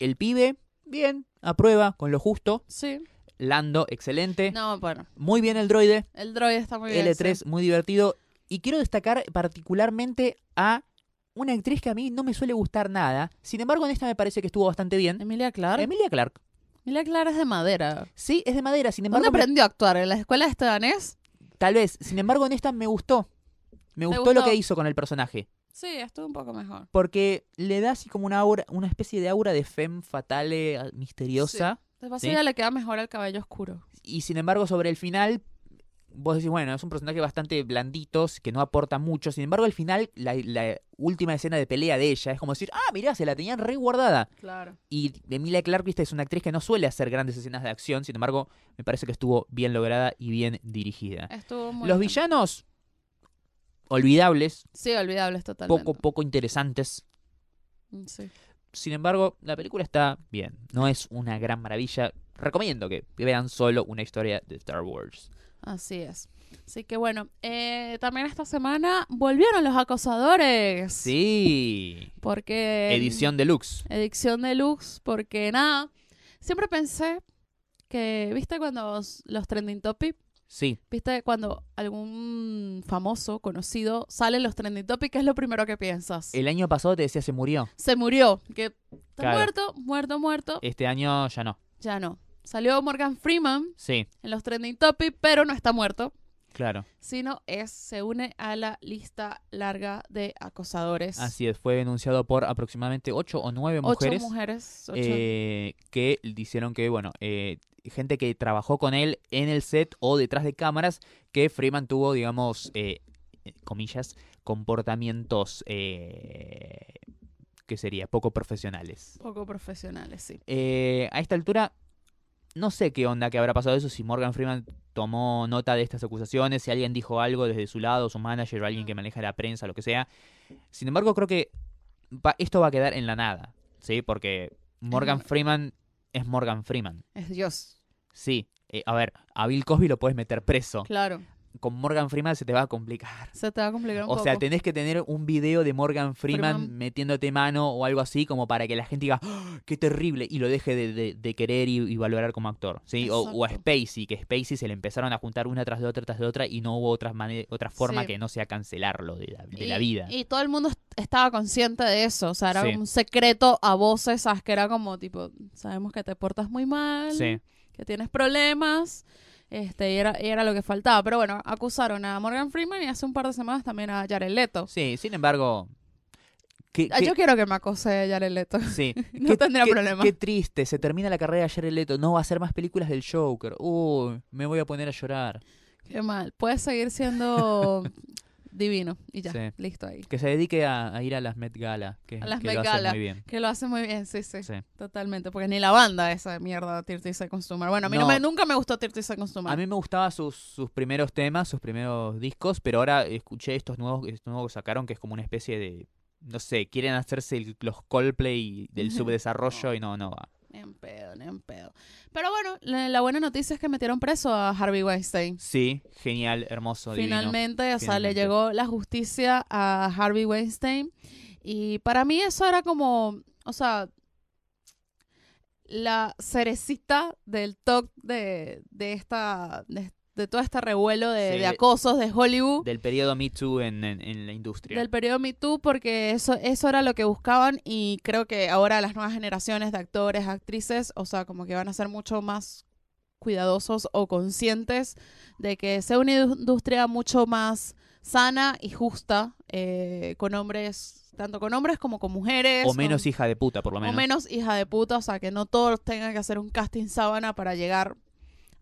el pibe, bien, aprueba, con lo justo,
Sí.
Lando, excelente,
No, bueno,
muy bien el droide.
el droid está muy bien.
L3,
sí.
muy divertido. Y quiero destacar particularmente a una actriz que a mí no me suele gustar nada. Sin embargo, en esta me parece que estuvo bastante bien.
Emilia Clark.
Emilia Clark.
Emilia Clark es de madera.
Sí, es de madera, sin
¿Dónde
embargo, me-
aprendió a actuar? ¿En la escuela de este Estebanés?
tal vez. Sin embargo, en esta me gustó. Me gustó, lo
gustó?
que hizo con el personaje.
Sí, estuvo un poco mejor.
Porque le da así como una aura, una especie de aura de femme fatale eh, misteriosa.
De paso
¿Sí?
ya le queda mejor el cabello oscuro.
Y sin embargo, sobre el final, vos decís, bueno, es un personaje bastante blandito, que no aporta mucho. Sin embargo, al final, la, la última escena de pelea de ella es como decir, ah, mirá, se la tenían re guardada.
Claro.
Y Emilia Clarke, viste, es una actriz que no suele hacer grandes escenas de acción. Sin embargo, me parece que estuvo bien lograda y bien dirigida.
Estuvo muy
Los
bien.
villanos, olvidables,
Sí, olvidables totalmente.
poco, poco interesantes.
Mm, Sí.
Sin embargo, la película está bien. No es una gran maravilla. Recomiendo que vean solo una historia de Star Wars.
Así es. Así que bueno, eh, también esta semana volvieron los acosadores.
Sí.
Porque...
Edición deluxe.
Edición deluxe, porque nada, siempre pensé que, ¿viste cuando los, los trending topic?
Sí.
¿Viste cuando algún famoso, conocido, sale en los trending topics? ¿Qué es lo primero que piensas?
El año pasado te decía se murió.
Se murió. Que está
Claro.
muerto, muerto, muerto.
Este año ya no.
Ya no. Salió Morgan Freeman
Sí,
en los trending topics, pero no está muerto,
claro.
sino es se une a la lista larga de acosadores.
Así es. Fue denunciado por aproximadamente ocho o nueve mujeres.
Ocho mujeres. ocho-
eh, que dijeron que, bueno, eh, gente que trabajó con él en el set o detrás de cámaras, que Freeman tuvo, digamos, eh, eh, comillas, comportamientos eh, que sería poco profesionales.
Poco profesionales, sí.
Eh, a esta altura, no sé qué onda que habrá pasado eso, si Morgan Freeman tomó nota de estas acusaciones, si alguien dijo algo desde su lado, su manager o alguien que maneja la prensa, lo que sea. Sin embargo, creo que va- esto va a quedar en la nada, ¿sí? Porque Morgan
Mor-
Freeman es Morgan Freeman,
Es Dios.
sí. Eh, a ver, a Bill Cosby lo puedes meter preso.
Claro.
Con Morgan Freeman se te va a complicar.
Se te va a complicar un
O
poco.
sea, tenés que tener un video de Morgan Freeman
Freeman.
metiéndote mano o algo así, como para que la gente diga, "Ah, qué terrible, y lo deje de, de- de querer y, y valorar como actor. ¿sí? O, o a
Exacto.
Spacey, que Spacey se le empezaron a juntar una tras de otra, tras de otra, y no hubo otra, mane- otra forma
Sí.
que no sea cancelarlo de la, de
Y-
la vida.
Y todo el mundo est- estaba consciente de eso. O sea, era
Sí.
como un secreto a voces, ¿sabes? Que era como tipo, sabemos que te portas muy mal,
Sí.
que tienes problemas. Este, y era, y era lo que faltaba. Pero bueno, acusaron a Morgan Freeman y hace un par de semanas también a Jared Leto.
sí, sin embargo... ¿qué-
Ah,
qué-
Yo quiero que me acose Jared Leto.
Sí.
No
Qué-
tendría
qué-
problema.
Qué triste, se termina la carrera de Jared Leto, no va a hacer más películas del Joker. Uy, me voy a poner a llorar.
Qué mal. Puedes seguir siendo divino. Y ya,
Sí.
listo ahí.
Que se dedique a, a ir a las Met Gala, que,
A las
que
Met
lo hace
Gala.
muy bien.
Que lo hace muy bien, sí, sí,
Sí.
Totalmente. Porque ni la banda esa de mierda, Tirty se Consumer. Bueno, a mí no
No.
me- nunca me gustó Tirty se Consumer.
A mí me gustaban sus, sus primeros temas, sus primeros discos, pero ahora escuché estos nuevos, estos nuevos que sacaron, que es como una especie de, no sé, quieren hacerse el- los Coldplay del subdesarrollo y no, no va.
Ni en pedo, ni en pedo. Pero bueno, la, la buena noticia es que metieron preso a Harvey Weinstein.
Sí, genial, hermoso, divino.
Finalmente, o sea, le
Finalmente.
llegó la justicia a Harvey Weinstein. Y para mí eso era como, o sea, la cerecita del top de, de esta, de, de todo este revuelo de,
Sí,
de
de-
acosos de Hollywood.
Del periodo Me Too en, en- en la industria.
del periodo Me Too porque eso, eso era lo que buscaban y creo que ahora las nuevas generaciones de actores, actrices, o sea, como que van a ser mucho más cuidadosos o conscientes de que sea una indu- industria mucho más sana y justa eh, con hombres, tanto con hombres como con mujeres.
o menos
con-
hija de puta, por lo menos.
o menos hija de puta, o sea, que no todos tengan que hacer un casting sábana para llegar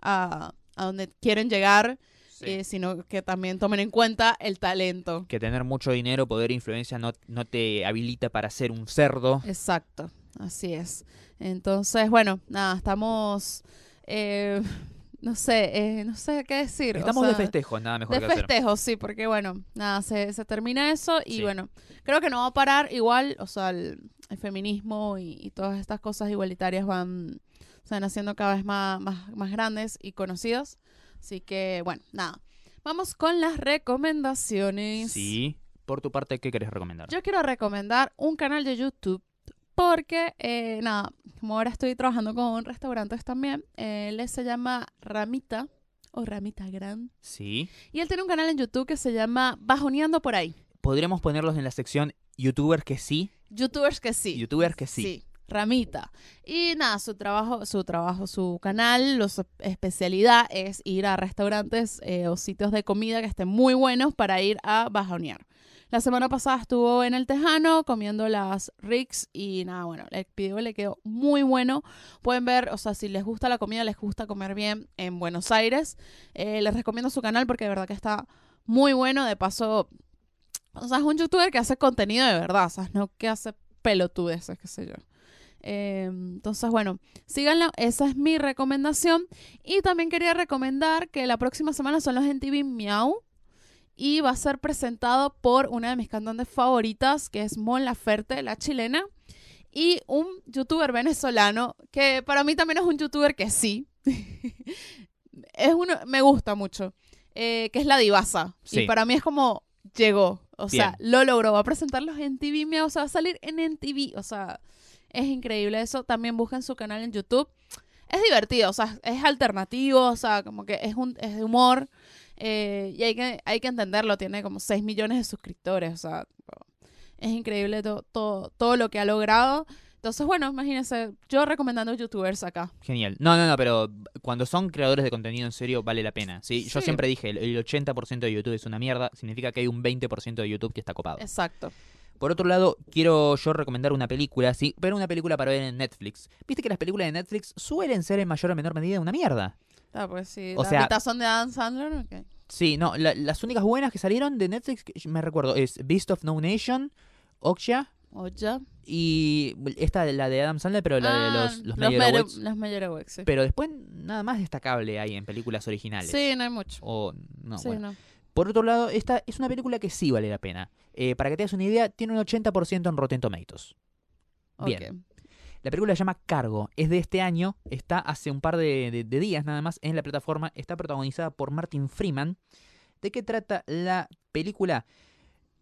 a, a donde quieren llegar,
Sí.
eh, sino que también tomen en cuenta el talento.
Que tener mucho dinero, poder e influencia no, no te habilita para ser un cerdo.
Exacto, así es. Entonces, bueno, nada, estamos, eh, no sé, eh, no sé qué decir. o
Estamos
sea,
de festejo, nada mejor
De
que hacer.
festejo, sí, porque bueno, nada, se, se termina eso y
Sí.
bueno, creo que no va a parar igual, o sea, el, el feminismo y, y todas estas cosas igualitarias van, se van haciendo cada vez más, más, más grandes y conocidas. Así que, bueno, nada, vamos con las recomendaciones.
Sí. Por tu parte, ¿qué querés recomendar?
Yo quiero recomendar un canal de YouTube porque, eh, nada, como ahora estoy trabajando con restaurantes también, eh, él se llama Ramita o Ramita Gran.
Sí.
Y él tiene un canal en YouTube que se llama Bajoneando por ahí.
Podríamos ponerlos en la sección youtubers que sí
Youtubers que sí.
Youtubers que sí.
Ramita. Y nada, su trabajo, su trabajo, su canal, lo- su especialidad es ir a restaurantes eh, o sitios de comida que estén muy buenos para ir a bajonear. La semana pasada estuvo en el Tejano comiendo las Ricks y nada, bueno, el video le quedó muy bueno. Pueden ver, o sea, si les gusta la comida, les gusta comer bien en Buenos Aires. eh, les recomiendo su canal porque de verdad que está muy bueno. De paso, o sea, es un youtuber que hace contenido de verdad, o sea, no que hace pelotudeces, qué sé yo. Eh, entonces, bueno, síganlo, esa es mi recomendación. Y también quería recomendar que la próxima semana son los NTV Miau y va a ser presentado por una de mis cantantes favoritas, que es Mon Laferte, la chilena, y un youtuber venezolano, que para mí también es un youtuber que sí. es uno, me gusta mucho, eh, que es la divasa.
Sí.
Y para mí es como, llegó, o sea, lo logró, va a presentarlos en TV, Meow, o sea, va a salir en NTV, o sea, es increíble eso. También busquen su canal en YouTube. Es divertido, o sea, es alternativo, o sea, como que es, un, es de humor. eh, y hay que, hay que entenderlo, tiene como 6 millones de suscriptores, o sea, es increíble to- todo- todo lo que ha logrado. Entonces, bueno, imagínense, yo recomendando youtubers acá.
Genial. No, no, no, pero cuando son creadores de contenido en serio vale la pena. ¿sí? Yo
Sí.
siempre dije, el- el 80% de YouTube es una mierda, significa que hay un 20% de YouTube que está copado.
Exacto.
Por otro lado, quiero yo recomendar una película, sí, pero una película para ver en Netflix. Viste que las películas de Netflix suelen ser en mayor o menor medida una mierda.
Ah, pues sí.
O
las
sea-
citas son de Adam Sandler, ok.
Sí, no, la- las únicas buenas que salieron de Netflix, que yo me recuerdo, es Beast of No Nation, Okja
O ya.
y esta, la de Adam Sandler, pero la de
Ah,
los, los Meyer
Meyer-
Awards.
Los Meyer Awards, sí.
Pero después nada más destacable hay en películas originales.
Sí, no hay mucho.
O, no,
sí,
bueno.
no.
Por otro lado, esta es una película que sí vale la pena. Eh, para que te des una idea, tiene un 80% en Rotten Tomatoes. Bien.
Ok.
La película se llama Cargo, es de este año, está hace un par de, de- de días nada más en la plataforma, está protagonizada por Martin Freeman. ¿De qué trata la película?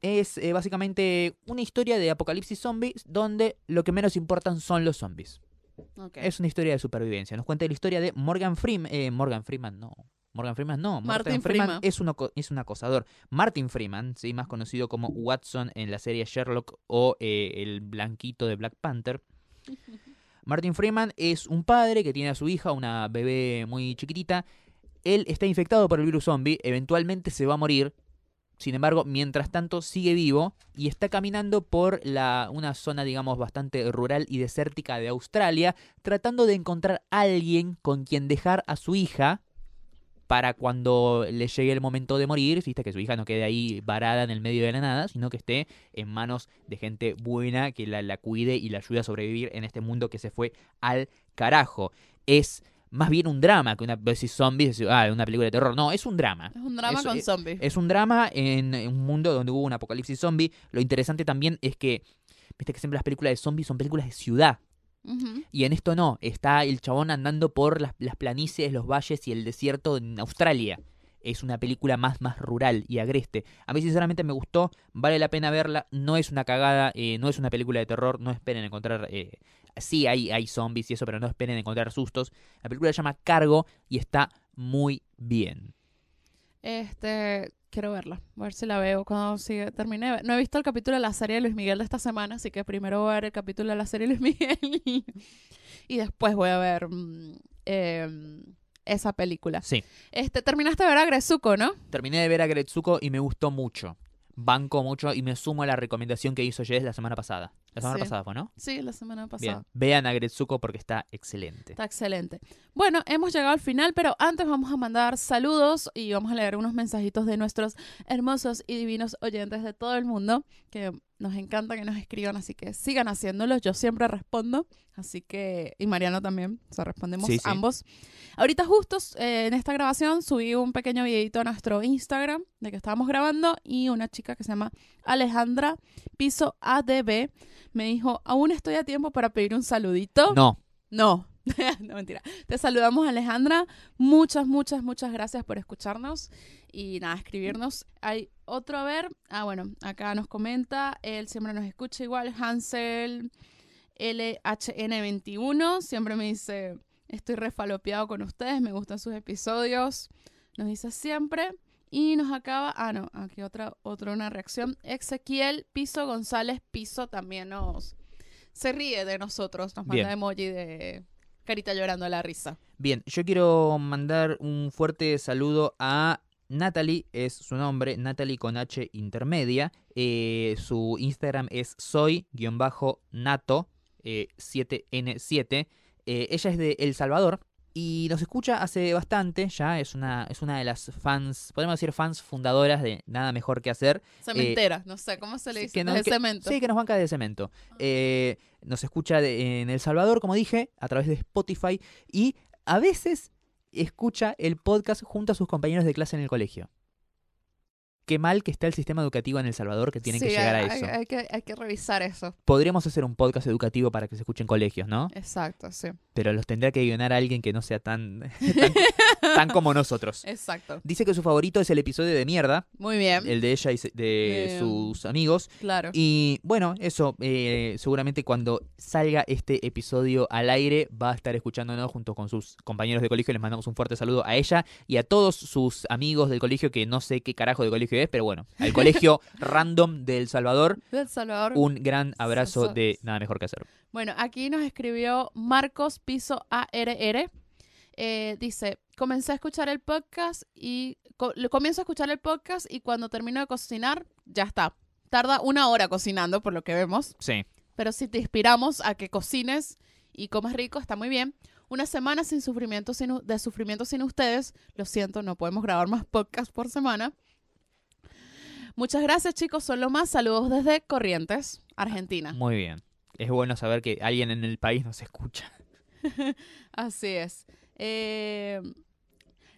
Es eh, básicamente una historia de apocalipsis zombies donde lo que menos importan son los zombies.
ok.
Es una historia de supervivencia. Nos cuenta la historia de Morgan Freeman. eh, Morgan Freeman, no. Morgan Freeman, no.
Martin
Morgan Freeman,
Freeman.
Es, un aco- es un acosador. Martin Freeman, sí, más conocido como Watson en la serie Sherlock o eh, el blanquito de Black Panther. Martin Freeman es un padre que tiene a su hija, una bebé muy chiquitita. Él está infectado por el virus zombie, eventualmente se va a morir. Sin embargo, mientras tanto sigue vivo y está caminando por la, una zona, digamos, bastante rural y desértica de Australia, tratando de encontrar a alguien con quien dejar a su hija para cuando le llegue el momento de morir, viste que su hija no quede ahí varada en el medio de la nada, sino que esté en manos de gente buena que la, la cuide y la ayude a sobrevivir en este mundo que se fue al carajo. Es más bien un drama que una si zombies, decís, ah, una película de terror. No, es un drama.
Es un drama
Eso,
con
eh,
zombies.
Es un drama en en un mundo donde hubo un apocalipsis zombie. Lo interesante también es que, viste que siempre las películas de zombies son películas de ciudad.
Ujú.
Y en esto no, está el chabón andando por las, las planicies, los valles y el desierto en Australia. Es una película más, más rural y agreste. A mí sinceramente me gustó, vale la pena verla, no es una cagada, eh, no es una película de terror, no esperen encontrar... eh, sí, hay, hay zombies y eso, pero no esperen encontrar sustos. La película se llama Cargo y está muy bien.
Este, quiero verla. A ver si la veo cuando sigue, termine. de ver. No he visto el capítulo de la serie de Luis Miguel de esta semana, así que primero voy a ver el capítulo de la serie de Luis Miguel. y después voy a ver mm, eh, esa película.
Sí,
Este, terminaste de ver a Grezuko, ¿no?
terminé de ver a Gretsuko y me gustó mucho. Banco mucho y me sumo a la recomendación que hizo Jess la semana pasada. La semana
Sí.
pasada fue, ¿no?
Sí, la semana pasada.
Bien, vean a Gretsuko porque está excelente.
Está excelente. Bueno, hemos llegado al final, pero antes vamos a mandar saludos y vamos a leer unos mensajitos de nuestros hermosos y divinos oyentes de todo el mundo, que nos encanta que nos escriban, así que sigan haciéndolos. Yo siempre respondo, así que, y Mariano también, o sea, respondemos
Sí, sí.
ambos. Ahorita justo eh, en esta grabación subí un pequeño videito a nuestro Instagram de que estábamos grabando y una chica que se llama Alejandra Piso ADB me dijo, aún estoy a tiempo para pedir un saludito.
No,
No, no mentira. Te saludamos Alejandra. Muchas, muchas, muchas gracias por escucharnos y nada, escribirnos. Hay otro a ver. Ah, bueno, acá nos comenta, él siempre nos escucha igual, Hansel LHN21, siempre me dice, estoy refalopeado con ustedes, me gustan sus episodios, nos dice siempre. Y nos acaba, ah no, aquí otra, otra una reacción. Ezequiel Piso González Piso también nos se ríe de nosotros, nos manda
Bien.
emoji de carita llorando a la risa.
Bien, yo quiero mandar un fuerte saludo a Natalie, es su nombre, Natalie con H intermedia. Eh, su Instagram es soy-nato7n7. Eh, ella es de El Salvador y nos escucha hace bastante, ya es una, es una de las fans, podemos decir fans fundadoras de Nada Mejor que Hacer.
Cementera, Eh, no sé cómo se le
sí,
dice.
que no,
de
que-
cemento. Ah.
Sí, que nos banca de cemento. Eh, nos escucha de- en El Salvador, como dije, a través de Spotify y a veces escucha el podcast junto a sus compañeros de clase en el colegio. Qué mal que está el sistema educativo en El Salvador que tienen que
Sí,
llegar a
hay,
eso.
Hay, hay que, hay que revisar eso.
Podríamos hacer un podcast educativo para que se escuchen colegios, ¿no?
Exacto, sí.
Pero los tendrá que guionar alguien que no sea tan, tan, tan como nosotros.
Exacto.
Dice que su favorito es el episodio de mierda,
Muy bien.
el de ella y se- de
Bien.
sus amigos.
Claro.
Y bueno, eso, eh, seguramente cuando salga este episodio al aire va a estar escuchándonos junto con sus compañeros de colegio. Les mandamos un fuerte saludo a ella y a todos sus amigos del colegio, que no sé qué carajo de colegio es, pero bueno, al colegio random de El Salvador.
Del Salvador.
Un gran abrazo
Besos.
de nada mejor que hacer.
Bueno, aquí nos escribió Marcos Piso ARR. Eh, dice, comencé a escuchar el podcast y co- lo- comienzo a escuchar el podcast y cuando termino de cocinar, ya está. Tarda una hora cocinando, por lo que vemos.
Sí,
Pero si te inspiramos a que cocines y comas rico, está muy bien. Una semana sin sufrimiento sin u- de sufrimiento sin ustedes. Lo siento, no podemos grabar más podcast por semana. Muchas gracias, chicos. Son lo más. Saludos desde Corrientes, Argentina.
muy bien. Es bueno saber que alguien en el país nos escucha.
Así es. Eh,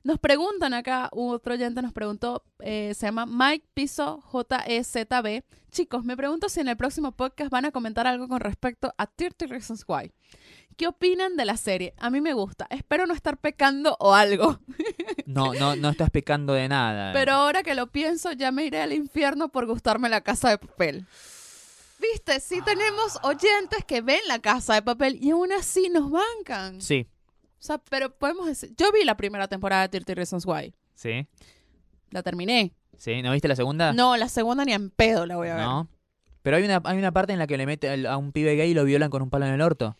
nos preguntan acá, otro oyente nos preguntó, eh, se llama Mike Piso JEZB. Chicos, me pregunto si en el próximo podcast van a comentar algo con respecto a 30 Reasons Why. ¿Qué opinan de la serie? A mí me gusta. Espero no estar pecando o algo.
No, no, no estás pecando de nada.
Pero ahora que lo pienso, ya me iré al infierno por gustarme la casa de papel. Viste, sí tenemos oyentes que ven la casa de papel y aún así nos bancan.
Sí,
O sea, pero podemos decir. Yo vi la primera temporada de 30 Reasons Why.
sí,
La terminé.
sí. ¿No viste la segunda?
No, la segunda ni en pedo la voy a ver.
Ah. ¿No? Pero hay una, hay una parte en la que le mete al- a un pibe gay y lo violan con un palo en el orto.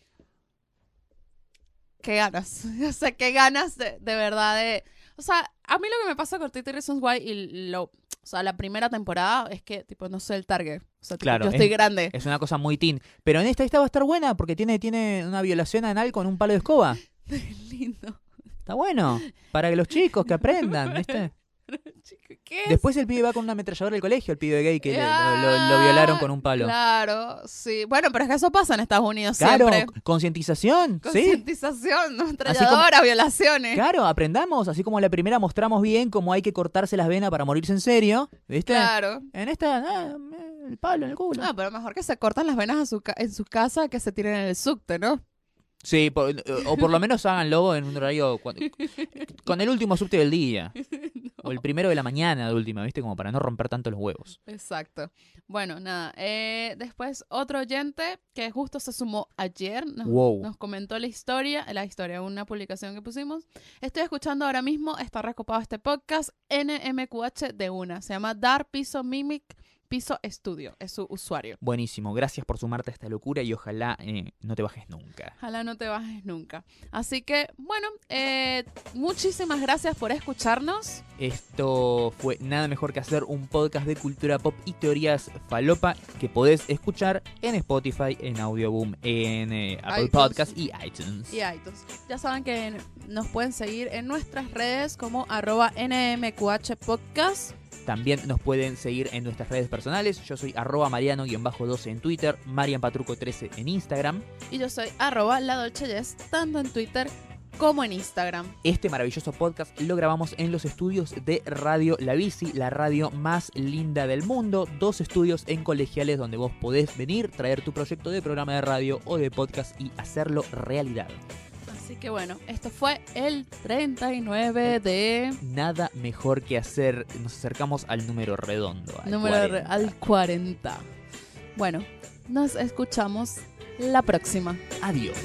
Qué ganas. O sea, qué ganas de, de verdad de. O sea, a mí lo que me pasa con 30 Reasons Why y lo. O sea, la primera temporada es que, tipo, no soy el target. O sea, tipo,
Claro,
yo
es- eh.
estoy grande.
Es una cosa muy teen. Pero en esta esta va a estar buena porque tiene, tiene una violación anal con un palo de escoba.
Lindo.
Está bueno. Para que los chicos que aprendan, ¿viste?
Chico, ¿qué es?
Después el pibe va con una ametralladora al colegio, el pibe gay que le- lo,
Ah,
lo- lo violaron con un palo.
Claro, sí. Bueno, pero es que eso pasa en Estados Unidos
Claro,
siempre.
concientización, sí.
Concientización, ¿no? ametralladoras, violaciones.
Claro, aprendamos. Así como en la primera mostramos bien cómo hay que cortarse las venas para morirse en serio, ¿viste?
Claro. Ah,
En esta, ah, el palo en el culo.
No, pero mejor que se cortan las venas a su ca- en sus casas que se tiren en el subte, ¿no?
Sí, por- o por lo menos hagan logo en un horario cuan- con el último subte del día. O el primero de la mañana de última, ¿viste? Como para no romper tanto los huevos.
Exacto. Bueno, nada. eh, después otro oyente que justo se sumó ayer. Nos,
Wow.
nos comentó la historia, la historia, una publicación que pusimos. Estoy escuchando ahora mismo, está recopado este podcast, NMQH de una. Se llama Dar Piso Mimic Piso Estudio. Es su usuario.
Buenísimo, gracias por sumarte a esta locura y ojalá eh, no te bajes nunca.
Ojalá no te bajes nunca. Así que, bueno, eh, muchísimas gracias por escucharnos.
Esto fue nada mejor que hacer un podcast de cultura pop y teorías falopa que podés escuchar en Spotify, en Audioboom, en eh, Apple
iTunes.
Podcast y iTunes.
y iTunes. Ya saben que nos pueden seguir en nuestras redes como arroba NMQH Podcast.
También nos pueden seguir en nuestras redes personales. Yo soy arroba mariano-12 en Twitter, marianpatruco13 en Instagram.
Y yo soy arroba La Dolce Yes, tanto en Twitter como en Instagram.
Este maravilloso podcast lo grabamos en los estudios de Radio La Bici, la radio más linda del mundo. Dos estudios en colegiales donde vos podés venir, traer tu proyecto de programa de radio o de podcast y hacerlo realidad.
Así que bueno, esto fue el 39 de...
Nada mejor que hacer. Nos acercamos al número redondo. al
número re-
40.
al 40. Bueno, nos escuchamos la próxima.
Adiós.